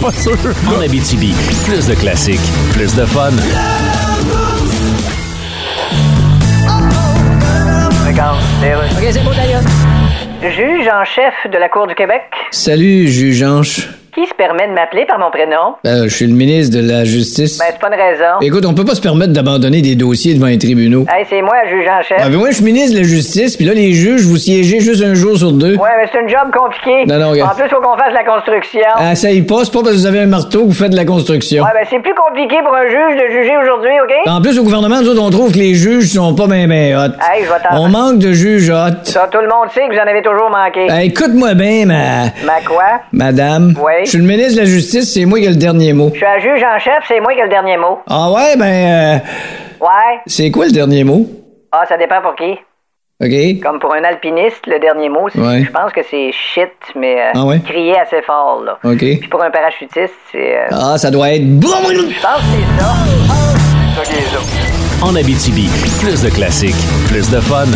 [SPEAKER 4] pas sûr!
[SPEAKER 2] En Abitibi, plus de classiques, plus de fun.
[SPEAKER 9] OK, c'est bon, d'ailleurs.
[SPEAKER 16] Juge en chef de la Cour du Québec,
[SPEAKER 8] Salut, juge Anche.
[SPEAKER 16] qui se permet de m'appeler par mon prénom?
[SPEAKER 8] Ben, je suis le ministre de la Justice.
[SPEAKER 16] Ben, c'est pas une raison.
[SPEAKER 8] Écoute, on peut pas se permettre d'abandonner des dossiers devant les tribunaux.
[SPEAKER 16] Hey, c'est moi, juge en chef.
[SPEAKER 8] Ah, ben moi, je suis ministre de la Justice, puis là, les juges, vous siégez juste un jour sur deux.
[SPEAKER 16] Ouais, mais c'est une job compliquée.
[SPEAKER 8] Non, non, regarde.
[SPEAKER 16] En plus, faut qu'on fasse la construction.
[SPEAKER 8] Ah, ça y passe pas parce que vous avez un marteau que vous faites de la construction.
[SPEAKER 16] Ouais, ben c'est plus compliqué pour un juge de juger aujourd'hui, OK?
[SPEAKER 8] En plus, au gouvernement, nous autres, on trouve que les juges sont pas ben ben hot.
[SPEAKER 16] Hey, je vais t'en-
[SPEAKER 8] On manque de juges hot.
[SPEAKER 16] Ça, tout le monde sait que vous en avez toujours manqué.
[SPEAKER 8] Ben, écoute-moi bien, ma...
[SPEAKER 16] Ma quoi?
[SPEAKER 8] Madame.
[SPEAKER 16] Oui.
[SPEAKER 8] Je suis le ministre de la Justice, c'est moi qui ai le dernier mot.
[SPEAKER 16] Je suis un juge en chef, c'est moi qui ai le dernier mot.
[SPEAKER 8] Ah ouais, ben... euh,
[SPEAKER 16] Ouais?
[SPEAKER 8] c'est quoi le dernier mot?
[SPEAKER 16] Ah, ça dépend pour qui.
[SPEAKER 8] OK?
[SPEAKER 16] Comme pour un alpiniste, le dernier mot, c'est-
[SPEAKER 8] Ouais.
[SPEAKER 16] je pense que c'est shit, mais euh,
[SPEAKER 8] Ah ouais?
[SPEAKER 16] crier assez fort, là.
[SPEAKER 8] OK.
[SPEAKER 16] Puis pour un parachutiste, c'est... euh,
[SPEAKER 8] Ah, ça doit être...
[SPEAKER 16] Je pense que c'est ça.
[SPEAKER 2] En Abitibi, plus de classiques, plus de fun.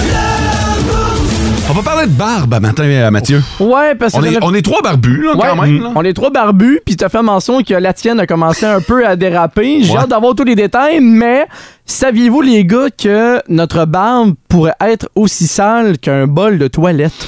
[SPEAKER 3] On va parler de barbe à matin, euh, Mathieu.
[SPEAKER 5] Ouais, parce que
[SPEAKER 3] on est,
[SPEAKER 5] j'aurais-
[SPEAKER 3] on est trois barbus, là, quand
[SPEAKER 5] Ouais,
[SPEAKER 3] même. là.
[SPEAKER 5] On est trois barbus, puis t'as fait mention que la tienne a commencé un peu à déraper. J'ai hâte d'avoir tous les détails, mais saviez-vous, les gars, que notre barbe pourrait être aussi sale qu'un bol de toilette?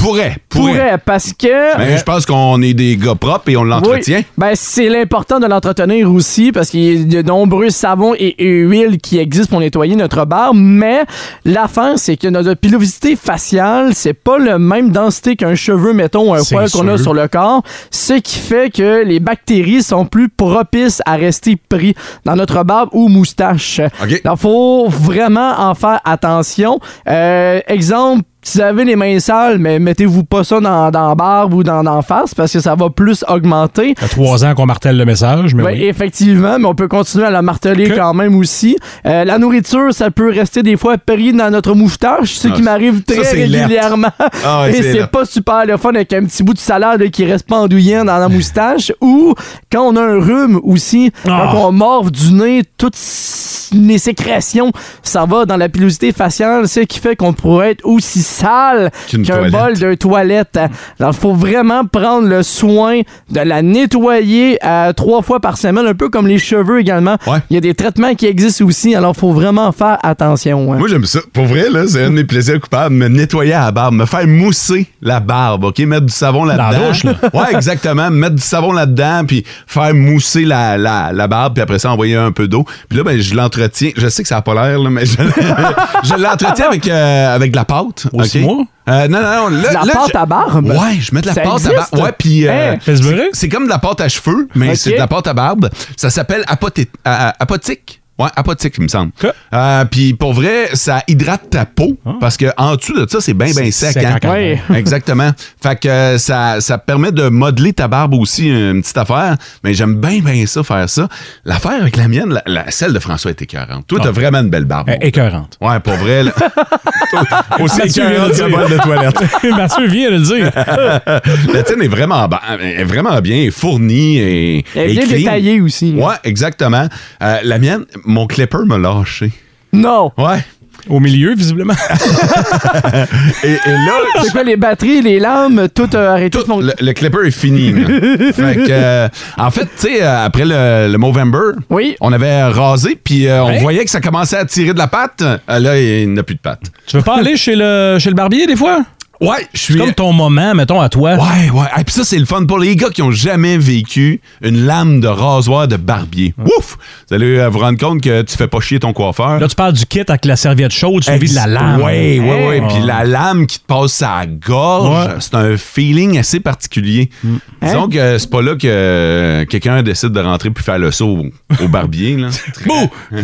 [SPEAKER 3] Pourrait, pourrait.
[SPEAKER 5] Pourrait, parce que...
[SPEAKER 3] Mais Ben, je pense qu'on est des gars propres et on l'entretient.
[SPEAKER 5] Oui. Ben, c'est l'important de l'entretenir aussi parce qu'il y a de nombreux savons et, et huiles qui existent pour nettoyer notre barbe, mais l'affaire, c'est que notre pilosité faciale, c'est pas la même densité qu'un cheveu, mettons, ou un
[SPEAKER 4] C'est
[SPEAKER 5] poil qu'on a
[SPEAKER 4] sûr.
[SPEAKER 5] sur le corps, ce qui fait que les bactéries sont plus propices à rester pris dans notre barbe ou moustache.
[SPEAKER 3] OK.
[SPEAKER 5] Donc, faut vraiment en faire attention. Euh, exemple, si vous avez les mains sales, mais mettez-vous pas ça dans, dans la barbe ou dans, dans la face parce que ça va plus augmenter.
[SPEAKER 4] Ça fait trois ans qu'on martèle le message, mais
[SPEAKER 5] Ben,
[SPEAKER 4] oui.
[SPEAKER 5] Effectivement, mais on peut continuer à la marteler quand même aussi. Euh, la nourriture, ça peut rester des fois pris dans notre moustache, ce
[SPEAKER 4] Ah,
[SPEAKER 5] qui m'arrive
[SPEAKER 4] ça,
[SPEAKER 5] très
[SPEAKER 4] c'est lettre.
[SPEAKER 5] régulièrement.
[SPEAKER 4] Ah ouais,
[SPEAKER 5] Et
[SPEAKER 4] c'est
[SPEAKER 5] c'est
[SPEAKER 4] lettre.
[SPEAKER 5] pas super le fun avec un petit bout de salade qui reste pendouillant dans la moustache. Ou quand on a un rhume aussi,
[SPEAKER 4] Ah.
[SPEAKER 5] quand on morve du nez, toutes s- les sécrétions, ça va dans la pilosité faciale, ce qui fait qu'on pourrait être aussi sale
[SPEAKER 3] Qu'une
[SPEAKER 5] qu'un
[SPEAKER 3] toilette.
[SPEAKER 5] bol de toilette. Alors, il faut vraiment prendre le soin de la nettoyer euh, trois fois par semaine, un peu comme les cheveux également. Il y a des traitements qui existent aussi, alors il faut vraiment faire attention. hein.
[SPEAKER 3] Moi, j'aime ça. Pour vrai, là, c'est un de mes plaisirs coupables. Me nettoyer à la barbe, me faire mousser la barbe, OK? Mettre du savon là-dedans.
[SPEAKER 4] la douche, là.
[SPEAKER 3] Ouais, exactement. Mettre du savon là-dedans, puis faire mousser la, la, la barbe, puis après ça, envoyer un peu d'eau. Puis là, ben, je l'entretiens. Je sais que ça n'a pas l'air, là, mais je, je l'entretiens avec, euh, avec de la pâte.
[SPEAKER 4] Aussi,
[SPEAKER 3] OK?
[SPEAKER 4] moi?
[SPEAKER 3] Euh, non, non, non. là-
[SPEAKER 5] De la
[SPEAKER 3] là,
[SPEAKER 5] pâte
[SPEAKER 3] je-
[SPEAKER 5] à barbe?
[SPEAKER 3] Ouais, je mets de la
[SPEAKER 5] Ça
[SPEAKER 3] pâte à
[SPEAKER 5] existe?
[SPEAKER 3] barbe. Ouais, puis. euh,
[SPEAKER 5] Hein?
[SPEAKER 3] c'est- c'est comme de la pâte à cheveux, mais
[SPEAKER 5] OK.
[SPEAKER 3] c'est de la pâte à barbe. Ça s'appelle apoté- a- a- apotique. Ouais, apothique, il me semble. Euh, Puis pour vrai, ça hydrate ta peau parce que en dessous de ça, c'est bien, bien
[SPEAKER 4] Ah.
[SPEAKER 3] sec.
[SPEAKER 4] C'est sec
[SPEAKER 3] hein?
[SPEAKER 4] encore. Ouais.
[SPEAKER 3] Exactement. Fait que euh, ça, ça permet de modeler ta barbe aussi, euh, une petite affaire. Mais j'aime bien, bien ça, faire ça. L'affaire avec la mienne, la- la- celle de François est écœurante. Toi, t'as
[SPEAKER 4] Ah.
[SPEAKER 3] vraiment une belle barbe.
[SPEAKER 4] écœurante.
[SPEAKER 3] Ouais, pour vrai. là. Aussi
[SPEAKER 4] Mathieu vient de
[SPEAKER 3] écœurante
[SPEAKER 4] le
[SPEAKER 3] que la
[SPEAKER 4] dire.
[SPEAKER 3] boîte de toilette.
[SPEAKER 4] Mathieu vient de le dire.
[SPEAKER 3] la tienne est vraiment, ba- est vraiment bien fournie et,
[SPEAKER 5] Elle est
[SPEAKER 3] et
[SPEAKER 5] bien
[SPEAKER 3] clean.
[SPEAKER 5] détaillée aussi.
[SPEAKER 3] Ouais, exactement. Euh, la mienne, mon clipper m'a lâché.
[SPEAKER 5] Non!
[SPEAKER 3] Ouais.
[SPEAKER 4] Au milieu, visiblement.
[SPEAKER 3] et, et là,
[SPEAKER 5] C'est quoi les batteries, les lames, tout euh, a arrêté. Tout,
[SPEAKER 3] le, le clipper est fini. là. fait que, euh, en fait, tu sais, euh, après le, le Movember, on avait rasé, puis euh, on
[SPEAKER 4] Ouais.
[SPEAKER 3] voyait que ça commençait à tirer de la patte. Euh, là, il n'a plus de patte.
[SPEAKER 4] Tu veux pas aller chez le, chez le barbier des fois?
[SPEAKER 3] Ouais, je suis.
[SPEAKER 4] comme ton moment, mettons, à toi.
[SPEAKER 3] Ouais, ouais. Et puis ça, c'est le fun pour les gars qui ont jamais vécu une lame de rasoir de barbier. Ouf! Vous allez euh, vous rendre compte que tu fais pas chier ton coiffeur.
[SPEAKER 4] Là, tu parles du kit avec la serviette chaude, tu vis de la lame.
[SPEAKER 3] Oui, oui, oui.
[SPEAKER 4] Ah.
[SPEAKER 3] Puis la lame qui te passe à la gorge,
[SPEAKER 4] Ouais.
[SPEAKER 3] c'est un feeling assez particulier.
[SPEAKER 5] Mm.
[SPEAKER 3] Disons
[SPEAKER 5] Hein?
[SPEAKER 3] que c'est pas là que euh, quelqu'un décide de rentrer puis faire le saut au, au barbier. Là. Bouh!
[SPEAKER 5] Mais,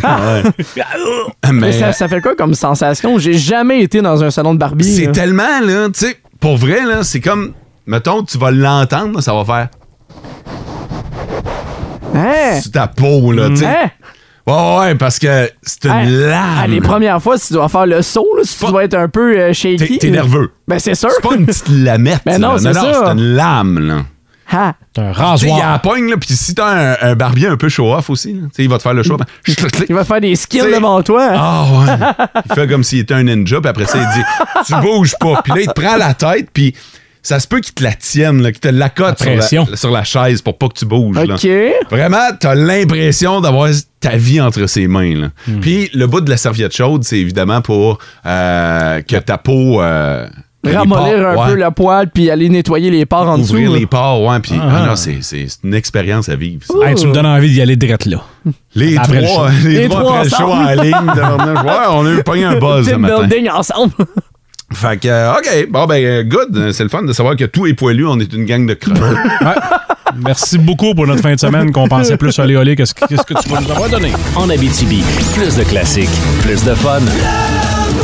[SPEAKER 3] Mais,
[SPEAKER 5] Ah! ça, ça fait quoi comme sensation? J'ai jamais été dans un salon de barbier.
[SPEAKER 3] C'est
[SPEAKER 5] là.
[SPEAKER 3] tellement, là, tu sais, pour vrai, là, c'est comme, mettons, tu vas l'entendre, là, ça va faire. Sur ta peau, là, tu sais.
[SPEAKER 5] Hein?
[SPEAKER 3] Ouais, ouais, parce que c'est une
[SPEAKER 5] Hey,
[SPEAKER 3] lame.
[SPEAKER 5] hey, Les premières fois, si tu dois faire le saut, là, si tu dois être un peu euh, shaky.
[SPEAKER 3] T'es- t'es
[SPEAKER 5] là.
[SPEAKER 3] nerveux.
[SPEAKER 5] Ben, c'est sûr.
[SPEAKER 3] C'est pas une petite lamette.
[SPEAKER 5] Ben non,
[SPEAKER 3] là.
[SPEAKER 5] c'est ça.
[SPEAKER 3] c'est une lame, là.
[SPEAKER 5] Ha!
[SPEAKER 4] T'as un
[SPEAKER 3] Tu sais, Il y a la pogne, là, puis si t'as un, un barbier un peu show-off aussi, là, tu sais, il va te faire le show. ben,
[SPEAKER 5] Il va faire des skills
[SPEAKER 3] T'sais-
[SPEAKER 5] devant toi.
[SPEAKER 3] Ah ouais. Il fait comme s'il était un ninja, puis après ça, il dit Tu bouges pas. Puis là, il te prend la tête, puis ça se peut qu'il te la tienne, là, qu'il te l'accote sur la,
[SPEAKER 4] pression.
[SPEAKER 3] sur la chaise pour pas que tu bouges. là.
[SPEAKER 5] OK.
[SPEAKER 3] Vraiment, t'as l'impression d'avoir ta vie entre ses mains. là.
[SPEAKER 5] Hmm.
[SPEAKER 3] Puis le bout de la serviette chaude, c'est évidemment pour euh, que ta peau. euh, les
[SPEAKER 5] Ramollir
[SPEAKER 3] pores,
[SPEAKER 5] un
[SPEAKER 3] ouais,
[SPEAKER 5] peu le poil puis aller nettoyer les pores en dessous.
[SPEAKER 3] Ouvrir
[SPEAKER 5] là.
[SPEAKER 3] les pores, ouais. Puis,
[SPEAKER 5] Ah.
[SPEAKER 3] ah non, c'est c'est- c'est une expérience à vivre. ça.
[SPEAKER 4] Hey, tu me donnes envie d'y aller direct là.
[SPEAKER 3] Les
[SPEAKER 4] Après le
[SPEAKER 3] trois,
[SPEAKER 4] show.
[SPEAKER 3] les
[SPEAKER 4] Les
[SPEAKER 3] trois
[SPEAKER 4] trois
[SPEAKER 3] après le show
[SPEAKER 4] ensemble.
[SPEAKER 3] en ligne. tabarnak. Ouais, on a eu pogné un buzz ce
[SPEAKER 5] Team
[SPEAKER 3] matin.
[SPEAKER 5] building ensemble.
[SPEAKER 3] Fait que, euh, OK, bon, ben, euh, good. Euh, C'est le fun de savoir que tout est poilu, on est une gang de creux.
[SPEAKER 4] Merci beaucoup pour notre fin de semaine qu'on pensait plus à l'éolé que ce que, qu'est-ce que tu vas nous avoir donné.
[SPEAKER 2] En Abitibi, plus de classiques, plus de fun.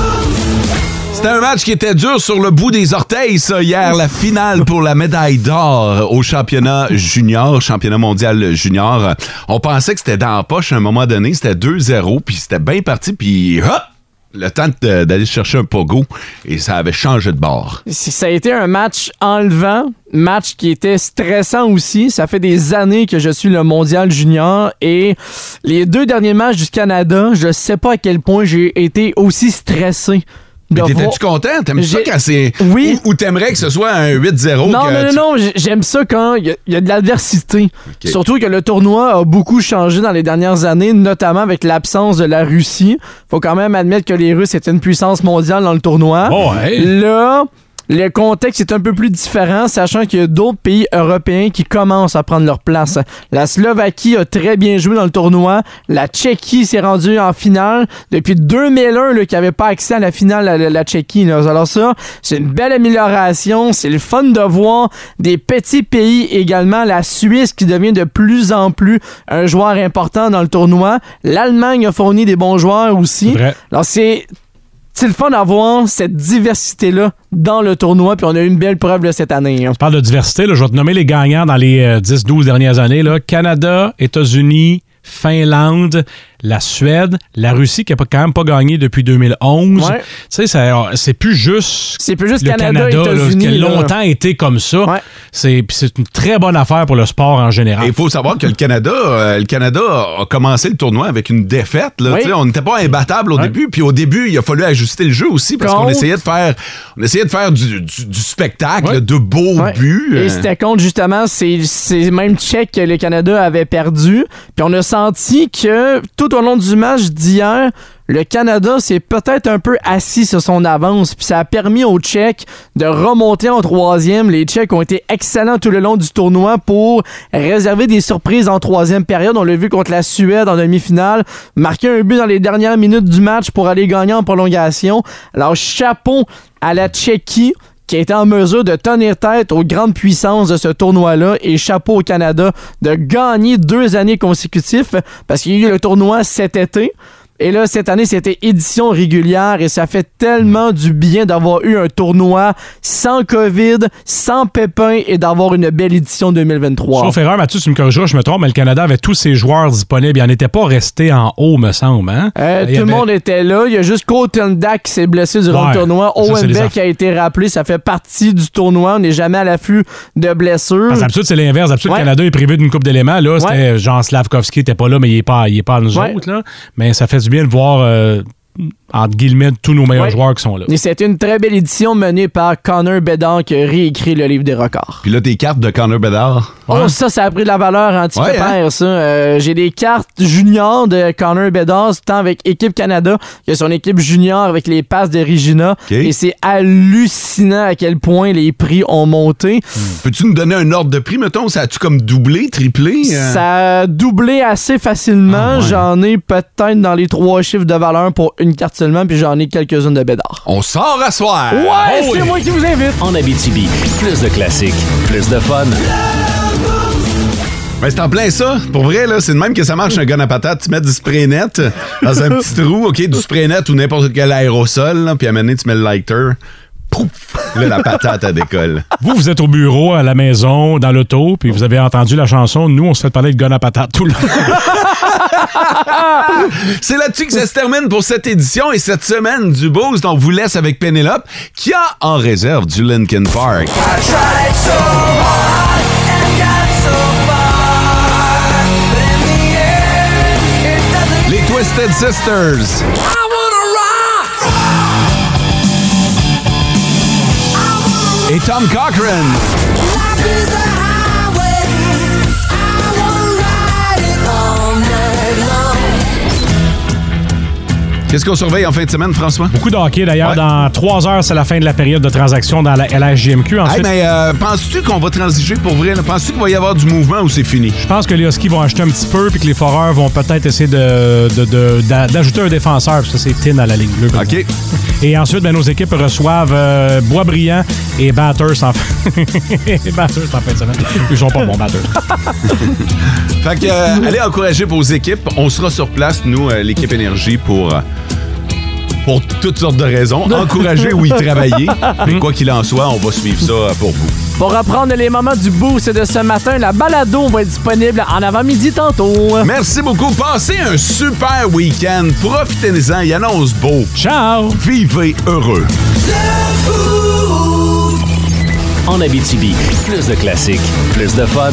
[SPEAKER 3] C'était un match qui était dur sur le bout des orteils, ça, hier. La finale pour la médaille d'or au championnat junior, championnat mondial junior. Euh, On pensait que c'était dans la poche à un moment donné. C'était 2-0, puis c'était bien parti, puis hop! Le temps de- d'aller chercher un pogo, et ça avait changé de bord.
[SPEAKER 5] C'est- Ça a été un match enlevant, match qui était stressant aussi. Ça fait des années que je suis le mondial junior et les deux derniers matchs du Canada, je sais pas à quel point j'ai été aussi stressé. de
[SPEAKER 3] Mais
[SPEAKER 5] voir-
[SPEAKER 3] T'étais-tu content? T'aimes ça
[SPEAKER 5] J'ai-
[SPEAKER 3] quand c'est.
[SPEAKER 5] Oui.
[SPEAKER 3] Ou, ou t'aimerais que ce soit un 8-0?
[SPEAKER 5] Non,
[SPEAKER 3] que
[SPEAKER 5] non,
[SPEAKER 3] tu-
[SPEAKER 5] non, non, j- j'aime ça quand il y a- il y, a de l'adversité. Surtout que le tournoi a beaucoup changé dans les dernières années, notamment avec l'absence de la Russie. Faut quand même admettre que les Russes étaient une puissance mondiale dans le tournoi.
[SPEAKER 4] Oh, hey.
[SPEAKER 5] Là, le contexte est un peu plus différent, sachant qu'il y a d'autres pays européens qui commencent à prendre leur place. La Slovaquie a très bien joué dans le tournoi. La Tchéquie s'est rendue en finale depuis 2001, là, qui n'avait pas accès à la finale, la, la- la Tchéquie. là. Alors ça, c'est une belle amélioration. C'est le fun de voir des petits pays également. La Suisse qui devient de plus en plus un joueur important dans le tournoi. L'Allemagne a fourni des bons joueurs aussi. Alors c'est c'est le fun d'avoir cette diversité-là dans le tournoi, puis on a eu une belle preuve là, cette année. hein.
[SPEAKER 4] Je parle de diversité, là, je vais te nommer les gagnants dans les euh, 10-12 dernières années. Là. Canada, États-Unis, Finlande, la Suède, la Russie qui n'a quand même pas gagné depuis 2011.
[SPEAKER 5] Ouais.
[SPEAKER 4] Tu sais, ça- euh, c'est plus juste,
[SPEAKER 5] c'est plus juste
[SPEAKER 4] le
[SPEAKER 5] Canada,
[SPEAKER 4] là,
[SPEAKER 5] États-Unis,
[SPEAKER 4] qui a
[SPEAKER 5] là.
[SPEAKER 4] longtemps été comme ça. C'est puis c'est une très bonne affaire pour le sport en général.
[SPEAKER 3] Il faut savoir que le Canada, euh, le Canada a commencé le tournoi avec une défaite. là.
[SPEAKER 4] Oui.
[SPEAKER 3] Tu sais, On n'était pas imbattable au début. Puis au début, il a fallu ajuster le jeu aussi parce qu'on
[SPEAKER 5] Contre.
[SPEAKER 3] essayait de faire, on essayait de faire du, du- du spectacle, de beaux
[SPEAKER 5] Ouais.
[SPEAKER 3] buts.
[SPEAKER 5] Et
[SPEAKER 3] Euh,
[SPEAKER 5] c'était contre, justement, ces, ces mêmes Tchèques que le Canada avait perdu. Puis on a senti que tout au long du match d'hier, le Canada s'est peut-être un peu assis sur son avance. Puis ça a permis aux Tchèques de remonter en troisième. Les Tchèques ont été excellents tout le long du tournoi pour réserver des surprises en troisième période. On l'a vu contre la Suède en demi-finale. Marquer un but dans les dernières minutes du match pour aller gagner en prolongation. Alors chapeau à la Tchéquie qui a été en mesure de tenir tête aux grandes puissances de ce tournoi-là et chapeau au Canada de gagner deux années consécutives parce qu'il y a eu le tournoi cet été. Et là, cette année, c'était édition régulière et ça fait tellement du bien d'avoir eu un tournoi sans COVID, sans pépins et d'avoir une belle édition 2023.
[SPEAKER 4] Sauf erreur, Mathieu, tu me corrigeras, je me trompe, mais le Canada avait tous ses joueurs disponibles. Il n'en était pas resté en haut, me semble. Hein?
[SPEAKER 5] Euh,
[SPEAKER 4] Il y
[SPEAKER 5] tout le
[SPEAKER 4] avait-
[SPEAKER 5] monde était là. Il y a juste Colton Dak qui s'est blessé durant
[SPEAKER 4] Ouais,
[SPEAKER 5] le tournoi.
[SPEAKER 4] ça, c'est
[SPEAKER 5] Owen
[SPEAKER 4] les
[SPEAKER 5] Beck
[SPEAKER 4] affaires.
[SPEAKER 5] a été rappelé. Ça fait partie du tournoi. On n'est jamais à l'affût de blessures.
[SPEAKER 4] Parce que d'habitude, c'est l'inverse. D'habitude,
[SPEAKER 5] Hmm. Ouais.
[SPEAKER 4] le Canada est privé d'une coupe d'éléments. Là, c'était Jean Slavkovski n'était pas là, mais il n'est pas, il est pas à nous
[SPEAKER 5] Ouais.
[SPEAKER 4] autres. Là. Mais ça fait du bien de voir, euh, entre guillemets, tous nos meilleurs
[SPEAKER 5] Ouais.
[SPEAKER 4] joueurs qui sont là.
[SPEAKER 5] Et c'était une très belle édition menée par Connor Bedard qui a réécrit le livre des records.
[SPEAKER 3] Puis là, tes cartes de Connor Bedard.
[SPEAKER 5] Oh, ça, ça a pris de la valeur
[SPEAKER 3] Ouais,
[SPEAKER 5] anti-pépère,
[SPEAKER 3] hein?
[SPEAKER 5] ça. Euh, J'ai des cartes juniors de Connor Bedard, tant avec Équipe Canada que son équipe junior avec les passes de Regina. Et c'est hallucinant à quel point les prix ont monté.
[SPEAKER 3] Peux-tu nous donner un ordre de prix, mettons? Ça a-tu comme doublé, triplé? euh?
[SPEAKER 5] Ça a doublé assez
[SPEAKER 3] Ah,
[SPEAKER 5] facilement. J'en ai peut-être dans les trois chiffres de valeur pour une carte seulement, puis j'en ai quelques-unes de Bédard.
[SPEAKER 3] On sort à soir!
[SPEAKER 5] Ouais, c'est moi qui vous invite!
[SPEAKER 2] En Abitibi, plus de classiques, plus de fun.
[SPEAKER 3] Ben, c'est en plein ça. Pour vrai, là, c'est de même que ça marche un gun à patate. Tu mets du spray net dans un petit trou, OK, du spray net ou n'importe quel aérosol, là, puis à un moment donné, tu mets le lighter. Pouf! Là, la patate, elle décolle.
[SPEAKER 4] Vous, vous êtes au bureau, à la maison, dans l'auto, puis vous avez entendu la chanson. Nous, on se fait parler de gun à patate tout le temps.
[SPEAKER 3] C'est là-dessus que ça se termine pour cette édition et cette semaine du Boost. On vous laisse avec Pénélope, qui a en réserve du Linkin Park. Les Twisted Sisters. Et Tom Cochran. Qu'est-ce qu'on surveille en fin de semaine, François?
[SPEAKER 4] Beaucoup de hockey, d'ailleurs. Dans trois heures, c'est la fin de la période de transaction dans la LHJMQ. Ensuite,
[SPEAKER 3] Hey, mais euh, penses-tu qu'on va transiger pour vrai? là? Penses-tu qu'il va y avoir du mouvement ou c'est fini?
[SPEAKER 4] Je pense que les Huskies vont acheter un petit peu puis que les Foreurs vont peut-être essayer de- de- de- d'a- d'ajouter un défenseur parce que c'est Tin à la ligne bleue. par exemple. Et ensuite, ben, nos équipes reçoivent euh, Boisbriand et Batters en fin, et Batters en fin de semaine. Ils sont pas bons, Batters.
[SPEAKER 3] Fait que, euh, allez encourager vos équipes. On sera sur place, nous, euh, l'équipe Énergie, pour, euh, pour toutes sortes de raisons. Encourager ou y travailler. Mais quoi qu'il en soit, on va suivre ça euh, pour vous.
[SPEAKER 5] Pour reprendre les moments du boost de ce matin, la balado va être disponible en avant-midi tantôt.
[SPEAKER 3] Merci beaucoup. Passez un super week-end. Profitez-en. Il annonce beau.
[SPEAKER 4] Ciao.
[SPEAKER 3] Vivez heureux.
[SPEAKER 2] En Abitibi, plus de classiques, plus de fun.